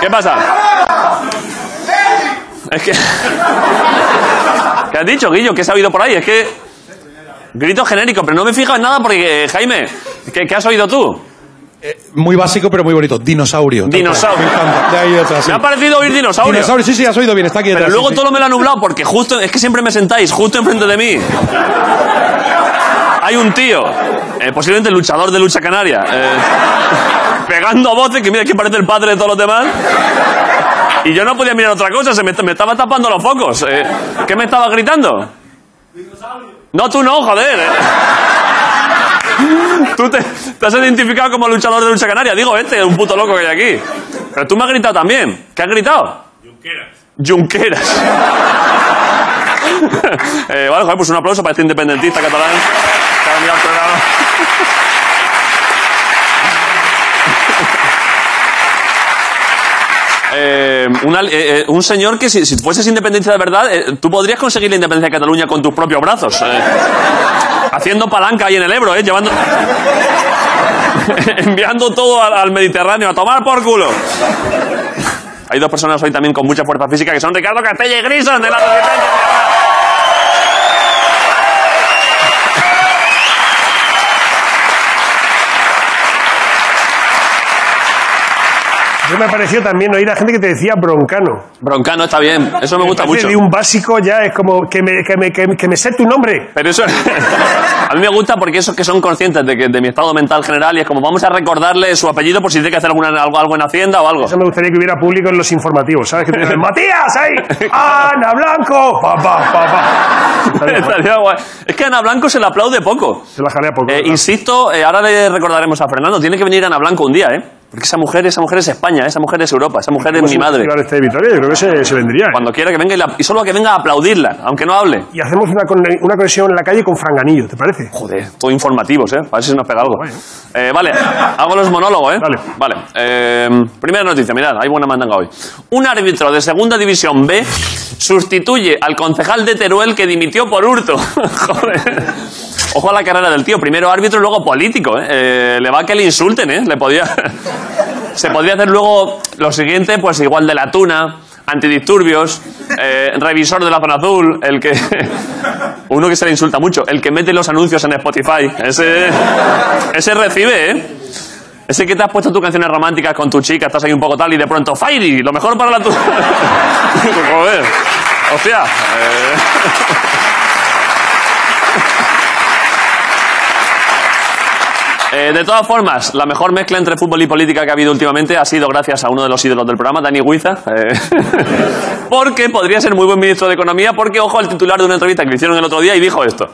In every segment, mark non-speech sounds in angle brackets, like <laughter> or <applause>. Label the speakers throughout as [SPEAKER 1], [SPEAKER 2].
[SPEAKER 1] ¿Qué pasa? Es que. ¿Qué has dicho, Guillo? ¿Qué se ha oído por ahí? Es que. Gritos genéricos, pero no me fijo en nada porque, eh, Jaime, ¿qué, qué has oído tú?
[SPEAKER 2] Muy básico, pero muy bonito. Dinosaurio.
[SPEAKER 1] Dinosaurio.
[SPEAKER 2] Me encanta. De ahí detrás, sí.
[SPEAKER 1] Me ha parecido oír dinosaurios.
[SPEAKER 2] Dinosaurio, sí, sí, has oído bien. Está aquí
[SPEAKER 1] Pero
[SPEAKER 2] detrás,
[SPEAKER 1] luego
[SPEAKER 2] sí, sí.
[SPEAKER 1] todo me lo ha nublado porque justo. Es que siempre me sentáis justo enfrente de mí. Hay un tío, eh, posiblemente luchador de lucha canaria, eh, pegando a voces que mira que parece el padre de todos los demás. Y yo no podía mirar otra cosa, se me, me estaba tapando los focos. eh. ¿Qué me estaba gritando? No, tú no, joder. eh. Tú te, te has identificado como luchador de lucha canaria. Digo, este es un puto loco que hay aquí. Pero tú me has gritado también. ¿Qué has gritado? Junqueras. Eh, vale, joder, pues un aplauso para este independentista catalán que ha venido al programa. <laughs> Eh, una- eh, eh, un señor que si, si fueses independencia de verdad, eh, tú podrías conseguir la independencia de Cataluña con tus propios brazos. eh. haciendo palanca ahí en el Ebro, eh, llevando... <laughs> enviando todo al, al Mediterráneo a tomar por culo. Hay dos personas hoy también con mucha fuerza física que son Ricardo Castella y Grison de la Resistencia.
[SPEAKER 3] Yo me pareció también oír a gente que te decía broncano.
[SPEAKER 1] Broncano está bien, eso me gusta mucho.
[SPEAKER 3] De un básico ya es como que me, que me, que me- que me sé tu nombre.
[SPEAKER 1] Pero <laughs> eso a mí me gusta porque esos que son conscientes de, que, de mi estado mental general y es como vamos a recordarle su apellido por si tiene que hacer alguna, algo, algo en Hacienda o algo.
[SPEAKER 3] Eso me gustaría que hubiera público en los informativos, ¿sabes? Que te
[SPEAKER 1] <laughs>
[SPEAKER 3] dicen, ¡Matías, ahí! ¡Ana Blanco! ¡Pa, pa, pa, pa!
[SPEAKER 1] <laughs>
[SPEAKER 3] Estaría guay.
[SPEAKER 1] Estaría guay. Es que a Ana Blanco se le aplaude poco.
[SPEAKER 3] Se la jalea poco.
[SPEAKER 1] Eh,
[SPEAKER 3] ¿verdad?
[SPEAKER 1] insisto, eh, ahora le recordaremos a Fernando, tiene que venir Ana Blanco un día, ¿eh? Porque esa mujer, esa mujer es España, esa mujer es Europa, esa mujer es mi madre.
[SPEAKER 3] Festival este de Vitoria, yo creo que se, se vendría. ¿eh?
[SPEAKER 1] Cuando quiera que venga y, la- y solo que venga a aplaudirla, aunque no hable.
[SPEAKER 3] Y hacemos una, con- una conexión en la calle con Franganillo, ¿te parece?
[SPEAKER 1] Joder, todo informativos, ¿eh? A ver si se nos pega algo. Eh, vale, hago los monólogos, ¿eh?
[SPEAKER 3] Vale.
[SPEAKER 1] Vale. eh, primera noticia, mirad, hay buena mandanga hoy. Un árbitro de Segunda División B sustituye al concejal de Teruel que dimitió por hurto. <laughs> Joder. Ojo a la carrera del tío. Primero árbitro, luego político, ¿eh? Eh, Le va que le insulten, ¿eh? Le podía... <laughs> Se podría hacer luego lo siguiente, pues igual de la tuna, antidisturbios, eh, revisor de la zona azul, el que... <laughs> Uno que se le insulta mucho, el que mete los anuncios en Spotify. Ese, ese recibe, ¿eh? Ese que te has puesto tus canciones románticas con tu chica, estás ahí un poco tal y de pronto, Fairy, lo mejor para la tu... <laughs> Joder, hostia. eh. Eh, de todas formas, la mejor mezcla entre fútbol y política que ha habido últimamente ha sido gracias a uno de los ídolos del programa, Dani Huiza. eh, <laughs> porque podría ser muy buen ministro de Economía, porque, ojo, al titular de una entrevista que le hicieron el otro día y dijo esto.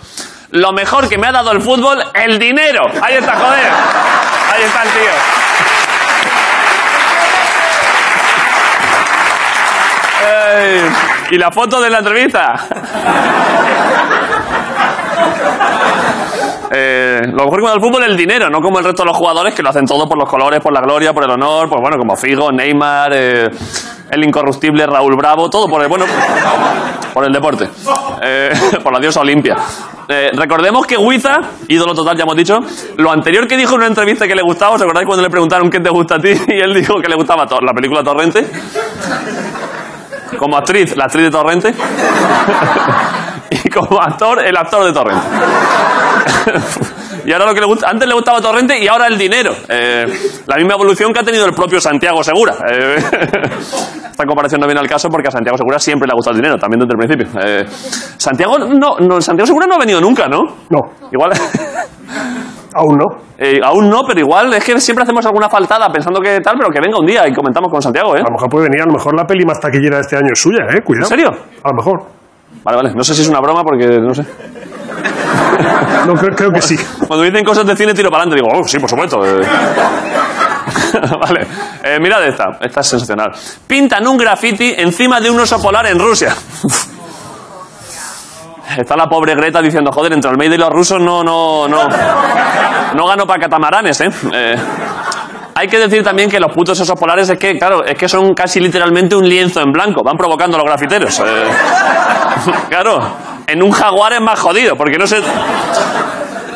[SPEAKER 1] Lo mejor que me ha dado el fútbol, el dinero. Ahí está, joder. Ahí está el tío. Eh, y la foto de la entrevista. Eh, lo mejor que me da el fútbol es el dinero, no como el resto de los jugadores que lo hacen todo por los colores, por la gloria, por el honor, pues bueno, como Figo, Neymar, eh, el incorruptible Raúl Bravo, todo por el bueno, <laughs> por el deporte, Eh, <laughs> por la diosa Olimpia. Eh, recordemos que Huiza, ídolo total, ya hemos dicho, lo anterior que dijo en una entrevista que le gustaba, ¿os acordáis cuando le preguntaron qué te gusta a ti? <laughs> Y él dijo que le gustaba to- la película Torrente. Como actriz, la actriz de Torrente. <laughs> y como actor, el actor de Torrente. <laughs> y ahora lo que le gusta, antes le gustaba Torrente y ahora el dinero. Eh, la misma evolución que ha tenido el propio Santiago Segura. Eh, <laughs> esta comparación no viene al caso porque a Santiago Segura siempre le ha gustado el dinero, también desde el principio. Eh, Santiago, no, no, Santiago Segura no ha venido nunca, ¿no?
[SPEAKER 3] No,
[SPEAKER 1] Igual. <laughs>
[SPEAKER 3] aún no.
[SPEAKER 1] eh, aún no, pero igual es que siempre hacemos alguna faltada pensando que tal, pero que venga un día y comentamos con Santiago, ¿eh?
[SPEAKER 3] A lo mejor puede venir, a lo mejor la peli más taquillera de este año es suya, ¿eh? Cuidado.
[SPEAKER 1] ¿En serio?
[SPEAKER 3] A lo mejor.
[SPEAKER 1] Vale, vale. No sé si es una broma porque no sé.
[SPEAKER 3] No, creo, creo que sí.
[SPEAKER 1] Cuando dicen cosas de cine, tiro para adelante. Digo, oh, sí, por supuesto. <laughs> eh. vale. Eh, mirad esta. Esta es sensacional. Pintan un graffiti encima de un oso polar en Rusia. Está la pobre Greta diciendo, joder, entre Almeida y los rusos no, no, no. No gano para catamaranes, ¿eh? Eh, Hay que decir también que los putos osos polares es que, claro, es que son casi literalmente un lienzo en blanco. Van provocando a los grafiteros. eh. <laughs> claro, en un jaguar es más jodido, porque no se...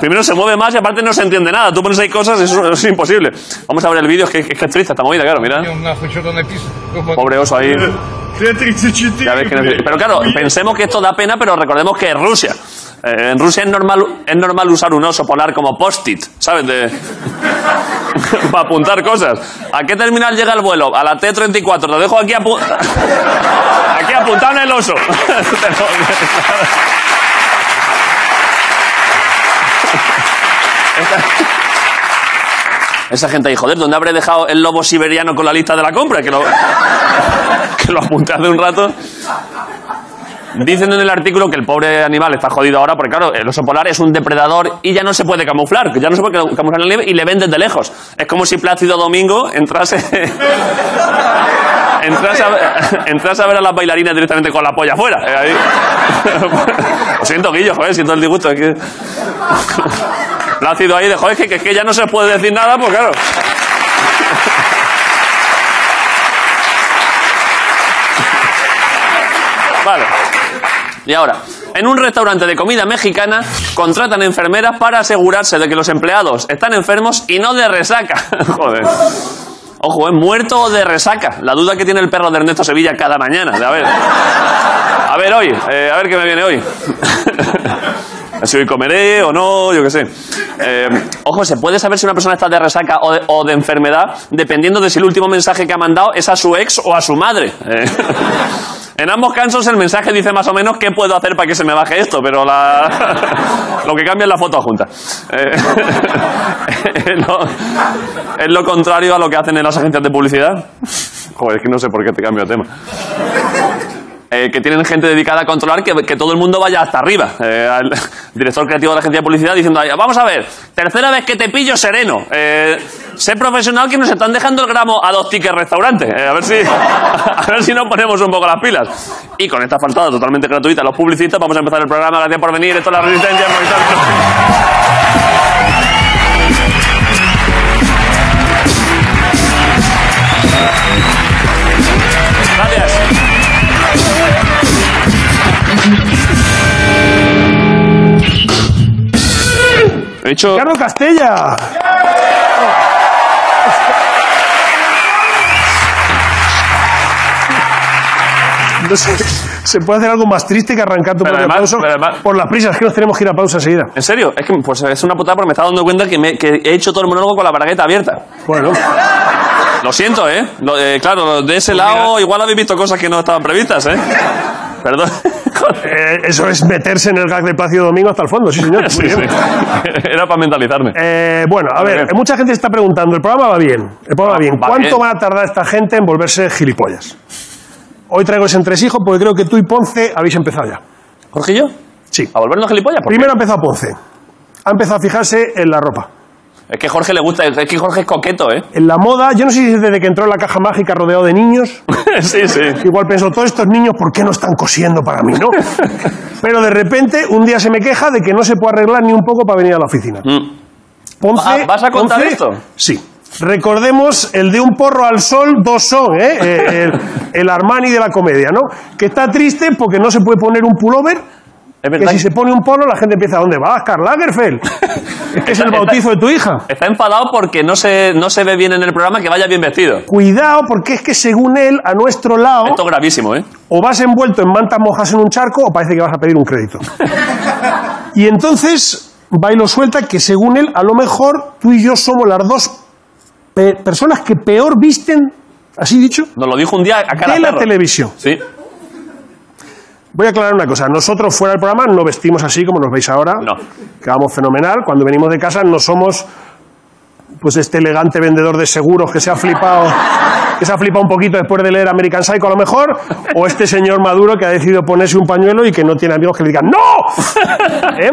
[SPEAKER 1] Primero se mueve más y aparte no se entiende nada. Tú pones ahí cosas y eso, eso es imposible. Vamos a ver el vídeo, es que, es que es triste esta movida, claro, mirad.
[SPEAKER 4] нахуй, что-то написано.
[SPEAKER 1] Pobre oso ahí. Ya ves
[SPEAKER 4] 34,
[SPEAKER 1] que necesita- Pero claro, pensemos que esto da pena, pero recordemos que es Rusia. Eh, en Rusia es normal, es normal usar un oso polar como post-it, ¿sabes? De... <laughs> Para apuntar cosas. ¿A qué terminal llega el vuelo? A la T-34. Te dejo aquí, apu- <laughs> aquí apuntado en el oso. <laughs> Te lo- Esa gente ahí, joder, ¿dónde habré dejado el lobo siberiano con la lista de la compra? Que lo, <laughs> que lo apunté hace un rato. Dicen en el artículo que el pobre animal está jodido ahora porque, claro, el oso polar es un depredador y ya no se puede camuflar, que ya no se puede camuflar en la nieve y le ven desde lejos. Es como si Plácido Domingo entrase. <laughs> entrase, a, <laughs> entrase a ver a las bailarinas directamente con la polla afuera. Eh, ahí. <laughs> Lo siento, Guillo, joder, siento el disgusto. Es que. <laughs> Plácido ahí de, joder, que, que, que ya no se puede decir nada, pues claro. Vale. Y ahora, en un restaurante de comida mexicana contratan enfermeras para asegurarse de que los empleados están enfermos y no de resaca. <laughs> Joder. Ojo, ¿eh? Muerto o de resaca. La duda que tiene el perro de Ernesto Sevilla cada mañana. De, a ver. A ver hoy. eh, a ver qué me viene hoy. <laughs> si hoy comeré o no, yo qué sé. Eh, ojo, se puede saber si una persona está de resaca o de, o de enfermedad dependiendo de si el último mensaje que ha mandado es a su ex o a su madre. Eh, <laughs> En ambos casos el mensaje dice más o menos qué puedo hacer para que se me baje esto, pero la- <laughs> lo que cambia es la foto adjunta. Eh, <laughs> es, lo, es lo contrario a lo que hacen en las agencias de publicidad. Joder, es que no sé por qué te cambio de tema. Eh, que tienen gente dedicada a controlar que, que todo el mundo vaya hasta arriba. Eh, al <laughs> director creativo de la agencia de publicidad diciendo, "Ay, vamos a ver, tercera vez que te pillo sereno. Eh, sé profesional que nos están dejando el gramo a dos tickets restaurante. Eh, a, ver si, <laughs> a ver si nos ponemos un poco las pilas. Y con esta faltada totalmente gratuita a los publicistas, vamos a empezar el programa. Gracias por venir. Esto es La Resistencia. por tanto. Gracias. He hecho...
[SPEAKER 3] ¡Caro Castella! No sé, se puede hacer algo más triste que arrancar tu
[SPEAKER 1] Pero
[SPEAKER 3] propio
[SPEAKER 1] además-
[SPEAKER 3] aplauso
[SPEAKER 1] pero además-
[SPEAKER 3] por las prisas que nos tenemos que ir a pausa enseguida.
[SPEAKER 1] ¿En serio? Es que pues, es una putada porque me estaba dando cuenta que, me- que he hecho todo el monólogo con la bragueta abierta.
[SPEAKER 3] Bueno,
[SPEAKER 1] Lo siento, ¿eh? Lo- eh, claro, de ese lado igual habéis visto cosas que no estaban previstas, ¿eh? Perdón. <laughs> Joder.
[SPEAKER 3] eh, eso es meterse en el gag de Plácido Domingo hasta el fondo, sí señor.
[SPEAKER 1] <laughs> Sí,
[SPEAKER 3] Muy
[SPEAKER 1] sí.
[SPEAKER 3] <laughs> bien.
[SPEAKER 1] Era para mentalizarme.
[SPEAKER 3] Eh, bueno, a ver,
[SPEAKER 1] bien. Ah,
[SPEAKER 3] mucha gente se está preguntando, el programa va bien, el programa va bien.
[SPEAKER 1] Va
[SPEAKER 3] ¿Cuánto
[SPEAKER 1] bien.
[SPEAKER 3] va a tardar esta gente en volverse gilipollas? Hoy traigo ese entresijo porque creo que tú y Ponce habéis empezado ya.
[SPEAKER 1] ¿Jorgillo?
[SPEAKER 3] Sí.
[SPEAKER 1] ¿A volvernos gilipollas? Pues, ¿Por qué?
[SPEAKER 3] Primero ha empezado Ponce. Ha empezado a fijarse en la ropa.
[SPEAKER 1] Es que Jorge le gusta, es que Jorge es coqueto, ¿eh? <laughs>
[SPEAKER 3] En la moda, yo no sé si es desde que entró en la caja mágica rodeado de
[SPEAKER 1] <laughs>
[SPEAKER 3] niños,
[SPEAKER 1] sí, sí.
[SPEAKER 3] igual pensó, todos estos niños, ¿por qué no están cosiendo para mí,
[SPEAKER 1] <laughs>
[SPEAKER 3] no? Pero de repente, un día se me queja de que no se puede arreglar ni un poco para venir a la oficina.
[SPEAKER 1] Mm.
[SPEAKER 3] Ponce,
[SPEAKER 1] Ah, ¿vas a contar
[SPEAKER 3] Ponce-
[SPEAKER 1] esto?
[SPEAKER 3] Sí. Recordemos el de un porro al sol, dos
[SPEAKER 1] <laughs>
[SPEAKER 3] son, ¿eh? Eh, el, el Armani de la comedia, ¿no? Que está triste porque no se puede poner un pullover,
[SPEAKER 1] Es
[SPEAKER 3] que
[SPEAKER 1] verdad.
[SPEAKER 3] si se pone un polo la gente empieza, ¿a dónde vas,
[SPEAKER 1] <laughs>
[SPEAKER 3] Karl Lagerfeld? Que es el
[SPEAKER 1] Está-
[SPEAKER 3] bautizo de tu hija.
[SPEAKER 1] Está enfadado porque no se, no se ve bien en el programa que vaya bien vestido.
[SPEAKER 3] Cuidado, porque es que según él, a nuestro lado,
[SPEAKER 1] Esto es gravísimo, ¿eh?
[SPEAKER 3] o vas envuelto en mantas mojas en un charco o parece que vas a pedir
[SPEAKER 1] <laughs>
[SPEAKER 3] un crédito. Y entonces va y lo suelta que según él, a lo mejor tú y yo somos las dos pe- personas que peor visten, así dicho,
[SPEAKER 1] Nos lo dijo un día a cara
[SPEAKER 3] de la
[SPEAKER 1] perro.
[SPEAKER 3] televisión.
[SPEAKER 1] Sí.
[SPEAKER 3] Voy a aclarar una cosa. Nosotros fuera del programa no vestimos así como nos veis ahora.
[SPEAKER 1] No.
[SPEAKER 3] Quedamos fenomenal. Cuando venimos de casa no somos pues este elegante vendedor de seguros que se ha flipado que se ha flipado un poquito después de leer American Psycho a lo mejor o este señor Maduro que ha decidido ponerse un pañuelo y que no tiene amigos que le digan ¡No! ¿Eh?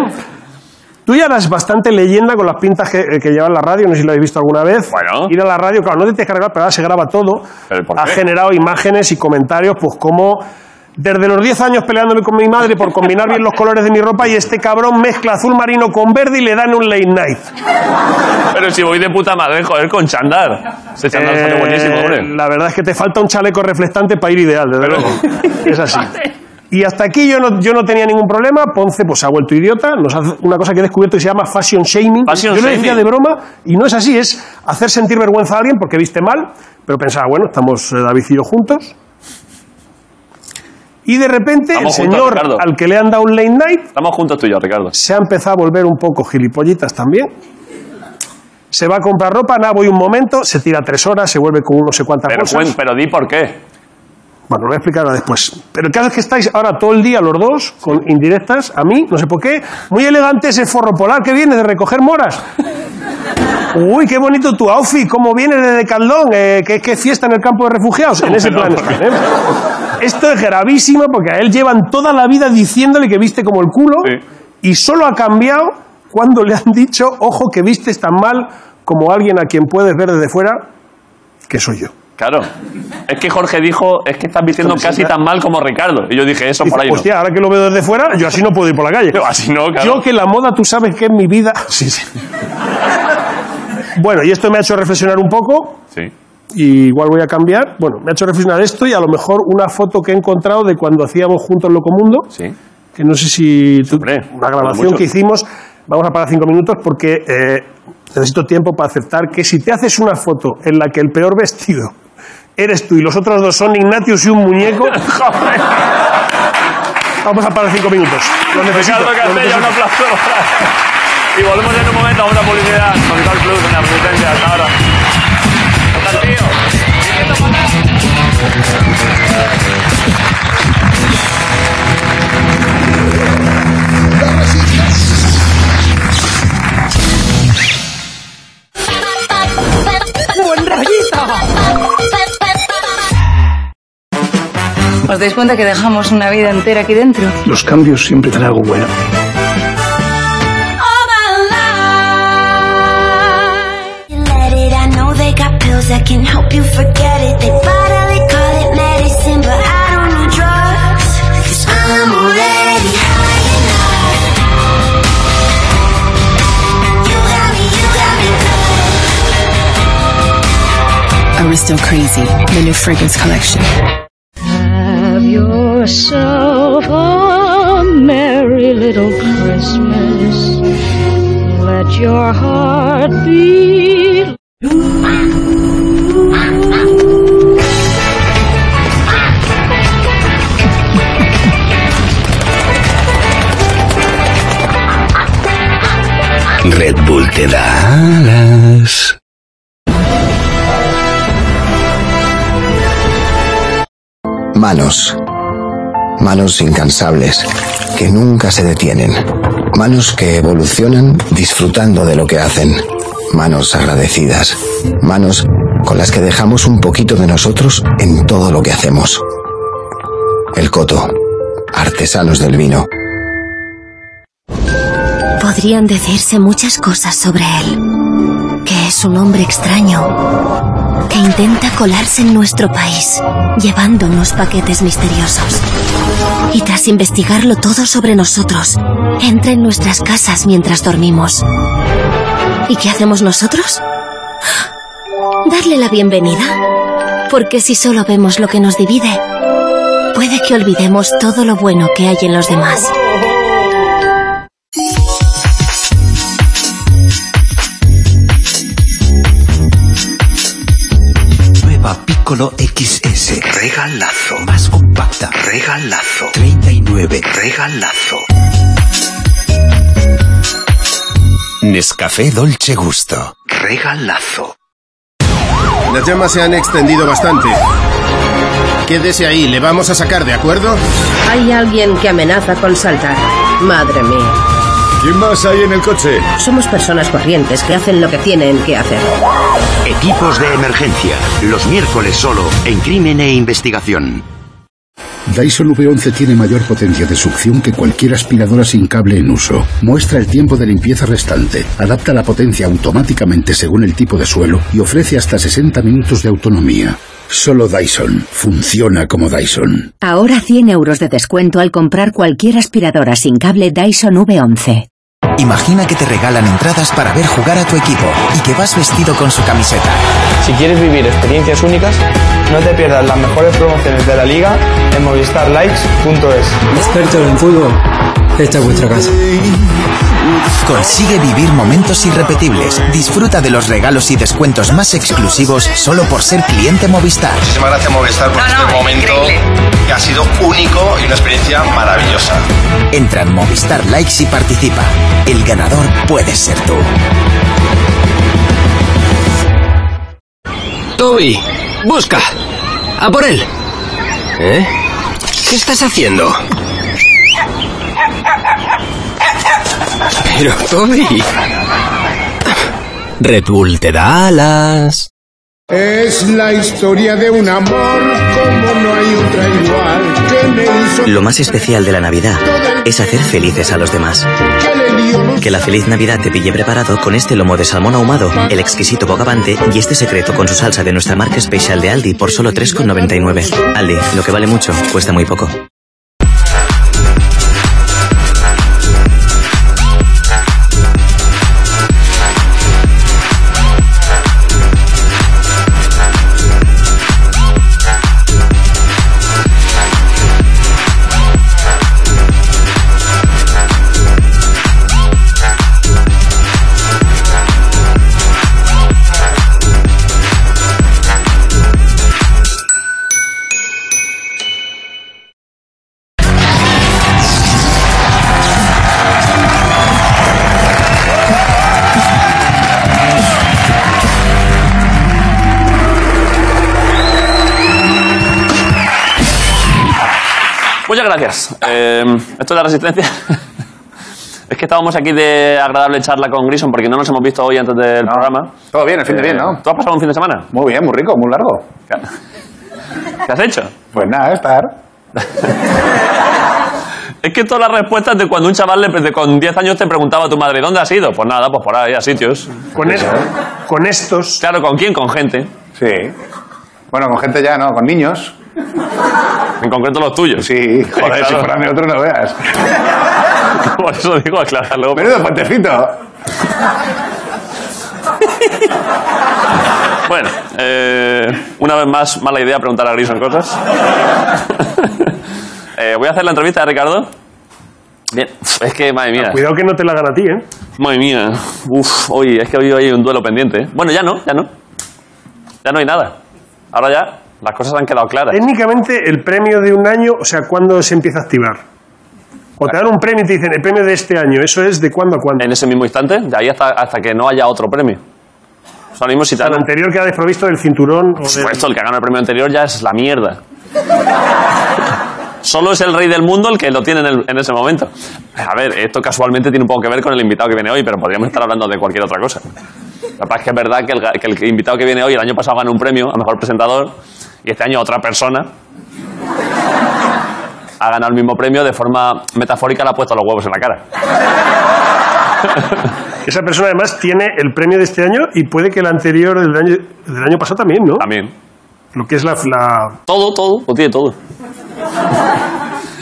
[SPEAKER 3] Tú ya eras bastante leyenda con las pintas que, eh, que lleva en la radio, no sé si lo habéis visto alguna vez.
[SPEAKER 1] Bueno.
[SPEAKER 3] Ir a la radio, claro, no te tienes que arreglar, pero ahora se graba todo.
[SPEAKER 1] ¿Pero por
[SPEAKER 3] Ha
[SPEAKER 1] qué?
[SPEAKER 3] generado imágenes y comentarios, pues como desde los 10 años peleándome con mi madre por combinar bien los colores de mi ropa y este cabrón mezcla azul marino con verde y le dan un late night.
[SPEAKER 1] Pero si voy de puta madre, joder, con chandar. Ese chandar sale
[SPEAKER 3] Eh,
[SPEAKER 1] buenísimo, hombre.
[SPEAKER 3] la verdad es que te falta un chaleco reflectante para ir ideal, desde luego. Es así. Y hasta aquí yo no, yo no tenía ningún problema. Ponce pues se ha vuelto idiota. Nos hace una cosa que he descubierto que se llama fashion shaming.
[SPEAKER 1] Fashion
[SPEAKER 3] yo lo decía
[SPEAKER 1] shaming.
[SPEAKER 3] de broma y no es así. Es hacer sentir vergüenza a alguien porque viste mal. Pero pensaba, bueno, estamos eh, David y yo juntos. Y de repente
[SPEAKER 1] Estamos
[SPEAKER 3] el
[SPEAKER 1] juntos,
[SPEAKER 3] señor
[SPEAKER 1] Ricardo.
[SPEAKER 3] al que le han dado un late night
[SPEAKER 1] Estamos juntos tú y yo, Ricardo.
[SPEAKER 3] se ha empezado a volver un poco gilipollitas también. Se va a comprar ropa, nada, voy un momento, se tira tres horas, se vuelve con no sé cuántas
[SPEAKER 1] Pero,
[SPEAKER 3] cosas.
[SPEAKER 1] cuen- pero di por qué.
[SPEAKER 3] Bueno, lo voy a explicar ahora después. Pero el caso es que estáis ahora todo el día los dos, con indirectas, a mí, no sé por qué. Muy elegante ese forro polar que vienes de recoger moras. Uy, qué bonito tu outfit, cómo vienes de Decathlon, eh, qué, qué fiesta en el campo de refugiados. En ese
[SPEAKER 1] Bueno,
[SPEAKER 3] plan están, ¿eh? Esto es gravísimo porque a él llevan toda la vida diciéndole que viste como el culo
[SPEAKER 1] Sí.
[SPEAKER 3] y solo ha cambiado cuando le han dicho, ojo, que vistes tan mal como alguien a quien puedes ver desde fuera, que soy yo.
[SPEAKER 1] Claro. Es que Jorge dijo, es que estás vistiendo casi tan mal como Ricardo. Y yo dije, eso por ahí no.
[SPEAKER 3] Hostia, ahora que lo veo desde fuera, yo así no puedo ir por la calle.
[SPEAKER 1] Yo, <laughs> así no, claro.
[SPEAKER 3] Yo que la moda, tú sabes que es mi
[SPEAKER 1] <laughs>
[SPEAKER 3] vida. Sí, sí. Bueno, y esto me ha hecho reflexionar un poco,
[SPEAKER 1] Sí.
[SPEAKER 3] y igual voy a cambiar. Bueno, me ha hecho reflexionar esto y a lo mejor una foto que he encontrado de cuando hacíamos juntos Locomundo,
[SPEAKER 1] Sí.
[SPEAKER 3] que no sé si tú-
[SPEAKER 1] Hombre,
[SPEAKER 3] una grabación
[SPEAKER 1] mucho.
[SPEAKER 3] que hicimos. Vamos a parar cinco minutos porque eh, necesito tiempo para aceptar que si te haces una foto en la que el peor vestido eres tú y los otros dos son Ignatius y un
[SPEAKER 1] <laughs>
[SPEAKER 3] muñeco, <laughs> vamos a parar cinco minutos. Lo necesito,
[SPEAKER 1] Ricardo
[SPEAKER 3] lo
[SPEAKER 1] Castella,
[SPEAKER 3] necesito.
[SPEAKER 1] un aplauso. Y volvemos en un momento a una publicidad. Capital Plus en la resistencia hasta ahora. Hasta el tío.
[SPEAKER 4] ¡Buen rollito! ¿Os dais cuenta que dejamos una vida entera aquí dentro?
[SPEAKER 5] Los cambios siempre traen algo bueno.
[SPEAKER 4] All my life.
[SPEAKER 6] You let it, I know they got pills that can help you forget it. They finally call it medicine, but I don't need drugs. Cause I'm already high enough. You got me, you got me good.
[SPEAKER 7] Aristo Crazy, the new fragrance collection.
[SPEAKER 8] Have yourself a merry little Christmas. Let your heart be
[SPEAKER 9] Red Bull te da alas. Manos. Manos incansables, que nunca se detienen. Manos que evolucionan disfrutando de lo que hacen. Manos agradecidas. Manos con las que dejamos un poquito de nosotros en todo lo que hacemos. El Coto. Artesanos del vino.
[SPEAKER 6] Podrían decirse muchas cosas sobre él. Que es un hombre extraño. Que intenta colarse en nuestro país, llevando unos paquetes misteriosos. Y tras investigarlo todo sobre nosotros, entra en nuestras casas mientras dormimos. ¿Y qué hacemos nosotros? <gasps> Darle la bienvenida. Porque si solo vemos lo que nos divide, puede que olvidemos todo lo bueno que hay en los demás.
[SPEAKER 10] Nueva Piccolo XS. Regalazo. Más compacta. Regalazo. 39. Regalazo.
[SPEAKER 9] Nescafé Dolce Gusto.
[SPEAKER 10] Regalazo.
[SPEAKER 9] Las llamas se han extendido bastante. Quédese ahí, le vamos a sacar, ¿de acuerdo?
[SPEAKER 8] Hay alguien que amenaza con saltar. Madre mía.
[SPEAKER 9] ¿Quién más hay en el coche?
[SPEAKER 8] Somos personas corrientes que hacen lo que tienen que hacer.
[SPEAKER 10] Equipos de emergencia. Los miércoles solo en Crimen e Investigación.
[SPEAKER 9] Dyson V11 tiene mayor potencia de succión que cualquier aspiradora sin cable en uso. Muestra el tiempo de limpieza restante, adapta la potencia automáticamente según el tipo de suelo y ofrece hasta 60 minutos de autonomía. Solo Dyson funciona como Dyson.
[SPEAKER 4] Ahora 100 euros de descuento al comprar cualquier aspiradora sin cable Dyson V11.
[SPEAKER 11] Imagina que te regalan entradas para ver jugar a tu equipo y que vas vestido con su camiseta.
[SPEAKER 12] Si quieres vivir experiencias únicas, no te pierdas las mejores promociones de la liga en movistarlikes.es.
[SPEAKER 13] Expertos en fútbol, esta es vuestra casa.
[SPEAKER 11] Consigue vivir momentos irrepetibles. Disfruta de los regalos y descuentos más exclusivos solo por ser cliente Movistar.
[SPEAKER 14] Muchísimas gracias Movistar por este momento que ha sido único y una experiencia maravillosa.
[SPEAKER 11] Entra en Movistar Likes y participa. El ganador puede ser tú.
[SPEAKER 15] Toby, busca. A por él. ¿Eh? ¿Qué estás haciendo? Pero Toby. Red Bull te da alas.
[SPEAKER 16] Es la historia de un amor como no hay otra igual que me hizo
[SPEAKER 17] Lo más especial de la Navidad es hacer felices a los demás. Que la feliz Navidad te pille preparado con este lomo de salmón ahumado, el exquisito bogavante y este secreto con su salsa de nuestra marca especial de Aldi por solo 3,99. Aldi, lo que vale mucho, cuesta muy poco.
[SPEAKER 1] Muchas gracias. Eh, esto de la resistencia. <laughs> es que estábamos aquí de agradable charla con Grison porque no nos hemos visto hoy antes del programa. Eh,
[SPEAKER 18] Todo bien, el fin de bien, ¿no?
[SPEAKER 1] ¿Tú has pasado un fin de semana?
[SPEAKER 18] Muy bien, muy rico, muy largo.
[SPEAKER 1] ¿Qué has hecho?
[SPEAKER 18] Pues nada, estar.
[SPEAKER 1] Es que todas las respuestas de cuando un chaval le- de- con 10 años te preguntaba a tu madre, ¿dónde has ido? Pues nada, pues por ahí, a sitios.
[SPEAKER 3] Con, es-
[SPEAKER 1] con estos. Claro, ¿con quién? Con gente.
[SPEAKER 18] Sí. Bueno, con gente ya, ¿no? Con niños.
[SPEAKER 1] En concreto los tuyos.
[SPEAKER 18] Sí, joder,
[SPEAKER 1] Claro.
[SPEAKER 18] si fueran de otro no veas.
[SPEAKER 1] <laughs> Por eso digo, aclararlo.
[SPEAKER 18] Menudo puentecito.
[SPEAKER 1] Bueno, eh, una vez más, mala idea preguntar a Grison cosas. <laughs> Eh, voy a hacer la entrevista de Ricardo. Bien, es que, madre mía.
[SPEAKER 3] Cuidado que no te la hagan a ti, ¿eh?
[SPEAKER 1] Madre mía. Uf, hoy, es que hoy hay un duelo pendiente. ¿eh? Bueno, ya no, ya no. Ya no hay nada. Ahora ya las cosas han quedado claras.
[SPEAKER 3] Técnicamente, el premio de un año, o sea, ¿cuándo se empieza a activar? O te dan un premio y te dicen, el premio de este año, ¿eso es de cuándo a cuándo?
[SPEAKER 1] En ese mismo instante, de ahí hasta, hasta que no haya otro premio. O sea, ahora mismo si te
[SPEAKER 3] El
[SPEAKER 1] dan-
[SPEAKER 3] anterior queda desprovisto del cinturón.
[SPEAKER 1] Por supuesto, el que ha ganado el premio anterior ya es la mierda. <laughs> Solo es el rey del mundo el que lo tiene en, el- en ese momento. A ver, esto casualmente tiene un poco que ver con el invitado que viene hoy, pero podríamos estar hablando de cualquier otra cosa. La verdad es que es verdad que el, ga- que el invitado que viene hoy el año pasado ganó un premio a mejor presentador y este año otra persona <laughs> ha ganado el mismo premio de forma metafórica, le ha puesto los huevos en la cara.
[SPEAKER 3] Esa persona además tiene el premio de este año y puede que el anterior del año, del año pasado también, ¿no?
[SPEAKER 1] También.
[SPEAKER 3] Lo que es la... la-
[SPEAKER 1] Todo, todo, lo tiene todo.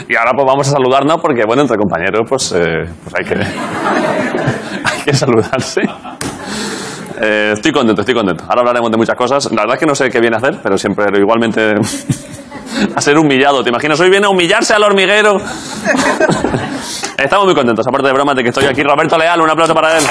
[SPEAKER 1] Y ahora pues vamos a saludarnos porque, bueno, entre compañeros pues, eh, pues hay, que, <laughs> hay que saludarse. Eh, estoy contento, estoy contento. Ahora hablaremos de muchas cosas. La verdad es que no sé qué viene a hacer, pero siempre pero igualmente <laughs> a ser humillado. ¿Te imaginas? Hoy viene a humillarse al hormiguero. <laughs> Estamos muy contentos, aparte de bromas de que estoy aquí. Roberto Leal, un aplauso para él.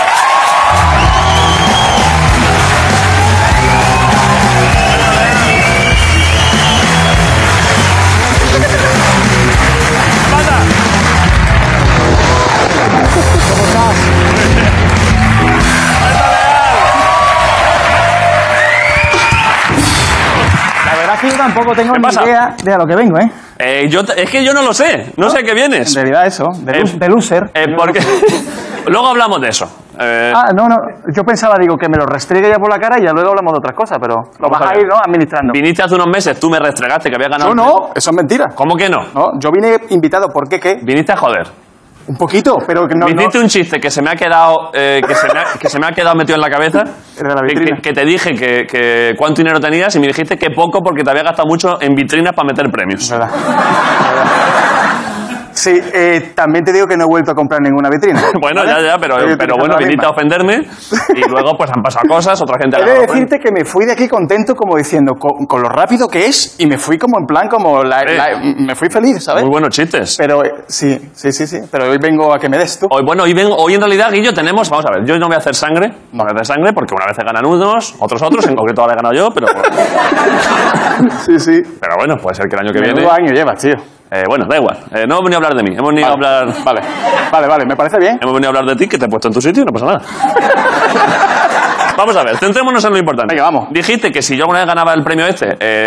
[SPEAKER 19] La verdad es que yo tampoco tengo ni
[SPEAKER 1] pasa?
[SPEAKER 19] idea de a lo que vengo, ¿eh?
[SPEAKER 1] Eh, yo t- es que yo no lo sé, no sé a qué vienes. Eh, En
[SPEAKER 19] realidad eso, de, loser.
[SPEAKER 1] porque <laughs> luego hablamos de eso. Eh,
[SPEAKER 19] Ah, no, no. Yo pensaba, digo, que me lo restregue ya por la cara y ya luego hablamos de otras cosas, pero lo vas a ir, ¿no? Administrando.
[SPEAKER 1] Viniste hace unos meses, tú me restregaste que había ganado.
[SPEAKER 19] Yo no,
[SPEAKER 1] eso es mentira. ¿Cómo que no?
[SPEAKER 19] No, yo vine invitado, ¿por qué qué?
[SPEAKER 1] Viniste a joder.
[SPEAKER 19] Un poquito, pero que no...
[SPEAKER 1] Me hiciste un chiste que se me ha quedado eh, que, se me ha, que se me ha quedado metido en
[SPEAKER 19] <laughs>
[SPEAKER 1] la cabeza. que- que, que te dije que, que cuánto dinero tenías y me dijiste que poco porque te había gastado mucho en vitrinas para meter premios.
[SPEAKER 20] Sí, eh, también te digo que no he vuelto a comprar ninguna vitrina.
[SPEAKER 1] <laughs> Bueno,
[SPEAKER 20] ¿vale?
[SPEAKER 1] ya, ya, pero,
[SPEAKER 20] Yo tengo
[SPEAKER 1] pero
[SPEAKER 20] que
[SPEAKER 1] bueno,
[SPEAKER 20] hacer la
[SPEAKER 1] viniste a
[SPEAKER 20] misma.
[SPEAKER 1] ofenderme y
[SPEAKER 20] <laughs>
[SPEAKER 1] luego pues han pasado cosas, otra gente... ha
[SPEAKER 20] He de
[SPEAKER 1] ganado
[SPEAKER 20] decirte que me fui de aquí contento, como diciendo, con, con lo rápido que es, y me fui como en plan, como la- la- me fui feliz, ¿sabes? Muy
[SPEAKER 1] Eh, buenos chistes.
[SPEAKER 20] Pero eh, sí, sí, sí, sí. Pero hoy vengo a que me des tú.
[SPEAKER 1] Hoy, bueno, hoy, vengo- hoy en realidad, Guillo, tenemos. Vamos a ver, yo no voy a hacer sangre. No voy a hacer sangre porque una vez se ganan unos, otros otros. En concreto ahora he ganado yo, pero.
[SPEAKER 20] <laughs> Sí, sí.
[SPEAKER 1] Pero bueno, puede ser que el año que
[SPEAKER 20] Menudo
[SPEAKER 1] viene.
[SPEAKER 20] año llevas, tío?
[SPEAKER 1] Eh, bueno, da igual. Eh, no hemos venido a hablar de mí. Hemos venido a hablar.
[SPEAKER 20] Vale, vale, vale. Me parece bien.
[SPEAKER 1] Hemos venido a hablar de ti, que te he puesto en tu sitio y no pasa
[SPEAKER 20] <laughs>
[SPEAKER 1] nada. vamos a ver, centrémonos en lo importante. Venga, vamos. Dijiste que si yo alguna vez ganaba el premio este.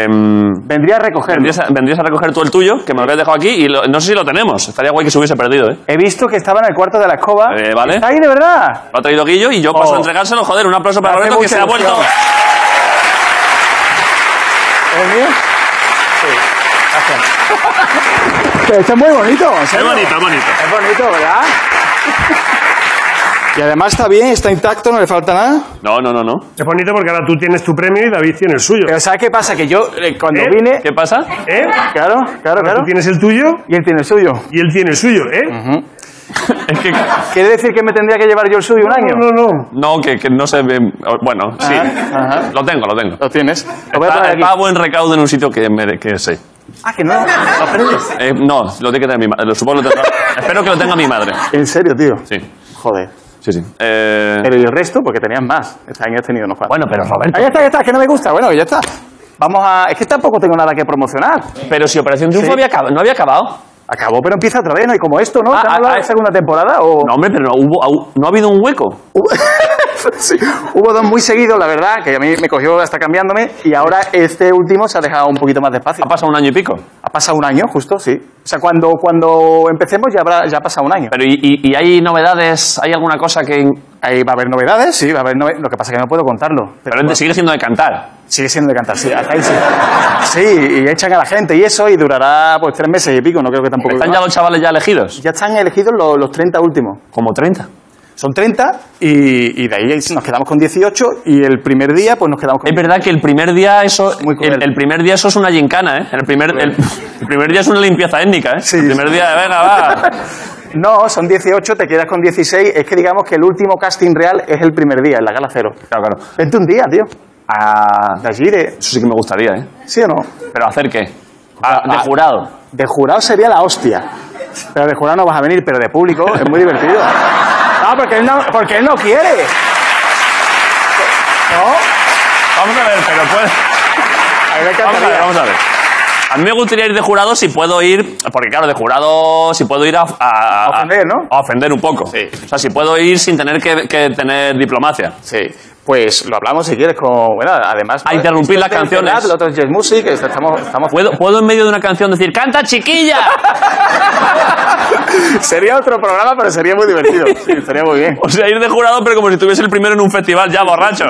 [SPEAKER 1] vendría
[SPEAKER 20] a recoger.
[SPEAKER 1] Vendrías a, vendrías a recoger tú el tuyo, que me lo habías dejado aquí y lo- no sé si lo tenemos. Estaría guay que se hubiese perdido, ¿eh?
[SPEAKER 20] He visto que estaba en el cuarto de la escoba.
[SPEAKER 1] Eh, vale.
[SPEAKER 20] ¿Está ahí de verdad?
[SPEAKER 1] Lo ha traído Guillo y yo paso
[SPEAKER 20] Oh.
[SPEAKER 1] a entregárselo. Joder, un aplauso para
[SPEAKER 20] Me hace
[SPEAKER 1] Roberto que
[SPEAKER 20] mucha
[SPEAKER 1] se ha
[SPEAKER 20] ilusión.
[SPEAKER 1] vuelto.
[SPEAKER 20] ¿Es mío? Sí. <laughs> Gracias. Pero está muy bonito. en serio.
[SPEAKER 1] Es bonito, es bonito.
[SPEAKER 20] Es bonito, ¿verdad? Y además está bien, está intacto, no le falta nada.
[SPEAKER 1] No, no, no, no.
[SPEAKER 3] Es bonito porque ahora tú tienes tu premio y David tiene el suyo.
[SPEAKER 20] Pero ¿sabes qué pasa? Que yo, eh, cuando
[SPEAKER 3] ¿Eh?
[SPEAKER 20] vine...
[SPEAKER 1] ¿Qué pasa?
[SPEAKER 3] ¿Eh?
[SPEAKER 20] Claro, claro,
[SPEAKER 3] Ahora
[SPEAKER 20] claro.
[SPEAKER 3] Tú tienes el tuyo
[SPEAKER 20] Y él tiene el suyo.
[SPEAKER 3] y él tiene el suyo, ¿eh?
[SPEAKER 1] Es que.
[SPEAKER 20] ¿Quiere decir que me tendría que llevar yo el suyo un año?
[SPEAKER 3] No, no, no.
[SPEAKER 1] No, que, que no se ve. Bueno, sí.
[SPEAKER 20] Ajá, ajá.
[SPEAKER 1] Lo tengo, lo tengo.
[SPEAKER 20] Lo tienes. Lo voy a
[SPEAKER 1] Está,
[SPEAKER 20] poner aquí.
[SPEAKER 1] está a buen recaudo en un sitio que, me- que sé.
[SPEAKER 20] Ah, que no. ¿Lo aprendes?
[SPEAKER 1] Eh, no, lo tiene que tener mi madre. Supongo que lo tendrá- Espero que lo tenga mi madre.
[SPEAKER 20] ¿En serio, tío?
[SPEAKER 1] Sí.
[SPEAKER 20] Joder.
[SPEAKER 1] Sí, sí. Eh,
[SPEAKER 20] Pero ¿y el resto? Porque tenías más. Este año has tenido unos cuantos.
[SPEAKER 1] Bueno, pero Roberto.
[SPEAKER 20] Ahí está, ya está, es que no me gusta. Bueno, ya está. Vamos a... Es que tampoco tengo nada que promocionar.
[SPEAKER 1] Pero si Operación Triunfo había acab- no había acabado.
[SPEAKER 20] Acabó, pero empieza otra vez, ¿no? Y como esto, ¿no? ¿Te han
[SPEAKER 1] ah,
[SPEAKER 20] hablado de
[SPEAKER 1] ah,
[SPEAKER 20] segunda temporada o...?
[SPEAKER 1] No, hombre, pero no, hubo, au- no ha habido un hueco.
[SPEAKER 20] <laughs> Sí, hubo dos muy seguidos, la verdad, que a mí me cogió hasta cambiándome y ahora este último se ha dejado un poquito más despacio.
[SPEAKER 1] Ha pasado un año y pico.
[SPEAKER 20] Ha pasado un año, justo, sí. O sea, cuando, cuando empecemos ya, habrá, ya ha pasado un año.
[SPEAKER 1] Pero ¿y, y- y hay novedades? ¿Hay alguna cosa que.?
[SPEAKER 20] Ahí va a haber novedades, sí, va a haber nove- Lo que pasa es que no puedo contarlo.
[SPEAKER 1] Pero te sigue siendo de cantar.
[SPEAKER 20] Sigue siendo de cantar, sí. hasta ahí sí. Sí, y echan a la gente y eso, y durará pues tres meses y pico, no creo que tampoco. Ah,
[SPEAKER 1] ¿Están ya los chavales ya elegidos?
[SPEAKER 20] Ya están elegidos los, los 30 últimos.
[SPEAKER 1] Como 30.
[SPEAKER 20] Son 30 y, y de ahí nos quedamos con 18 y el primer día pues nos quedamos con...
[SPEAKER 1] Es verdad que el primer día eso
[SPEAKER 20] cruel.
[SPEAKER 1] el, el primer día eso es una gincana, ¿eh? El primer, el, <laughs> el primer día es una limpieza étnica, ¿eh? el primer día de venga,
[SPEAKER 20] <laughs>
[SPEAKER 1] va.
[SPEAKER 20] No, son 18, te quedas con 16. Es que digamos que el último casting real es el primer día, en la gala cero.
[SPEAKER 1] Claro, claro.
[SPEAKER 20] Vente un día, tío.
[SPEAKER 1] Ah,
[SPEAKER 20] De allí, de...
[SPEAKER 1] eso sí que me gustaría, ¿eh?
[SPEAKER 20] ¿Sí o no?
[SPEAKER 1] Pero hacer qué? Ah, de
[SPEAKER 20] Ah.
[SPEAKER 1] jurado.
[SPEAKER 20] De jurado sería la hostia. Pero de jurado no vas a venir, pero de público es muy <laughs> divertido. No, porque él no, porque él no quiere.
[SPEAKER 1] Vamos a ver, pero <laughs> puede.
[SPEAKER 20] A
[SPEAKER 1] Vamos a
[SPEAKER 20] mí me
[SPEAKER 1] ver,
[SPEAKER 20] encantaría.
[SPEAKER 1] vamos a ver. A mí me gustaría ir de jurado si puedo ir, porque claro, de jurado si puedo ir a, a- a-
[SPEAKER 20] ofender, ¿no?
[SPEAKER 1] a ofender un poco. O sea, si puedo ir sin tener que, que tener diplomacia.
[SPEAKER 20] Sí. Pues lo hablamos si quieres con... Bueno, además...
[SPEAKER 1] A interrumpir las
[SPEAKER 20] Este es
[SPEAKER 1] canciones.
[SPEAKER 20] Rap, El otro es Jazz Music, este estamos... estamos
[SPEAKER 1] ¿Puedo, puedo en medio de una canción decir ¡Canta chiquilla!
[SPEAKER 20] <laughs>
[SPEAKER 1] <laughs>
[SPEAKER 20] sería otro programa, pero sería muy <laughs> divertido. Sí, estaría muy bien.
[SPEAKER 1] O sea, ir de jurado, pero como si estuviese el primero en un festival ya <laughs> borracho.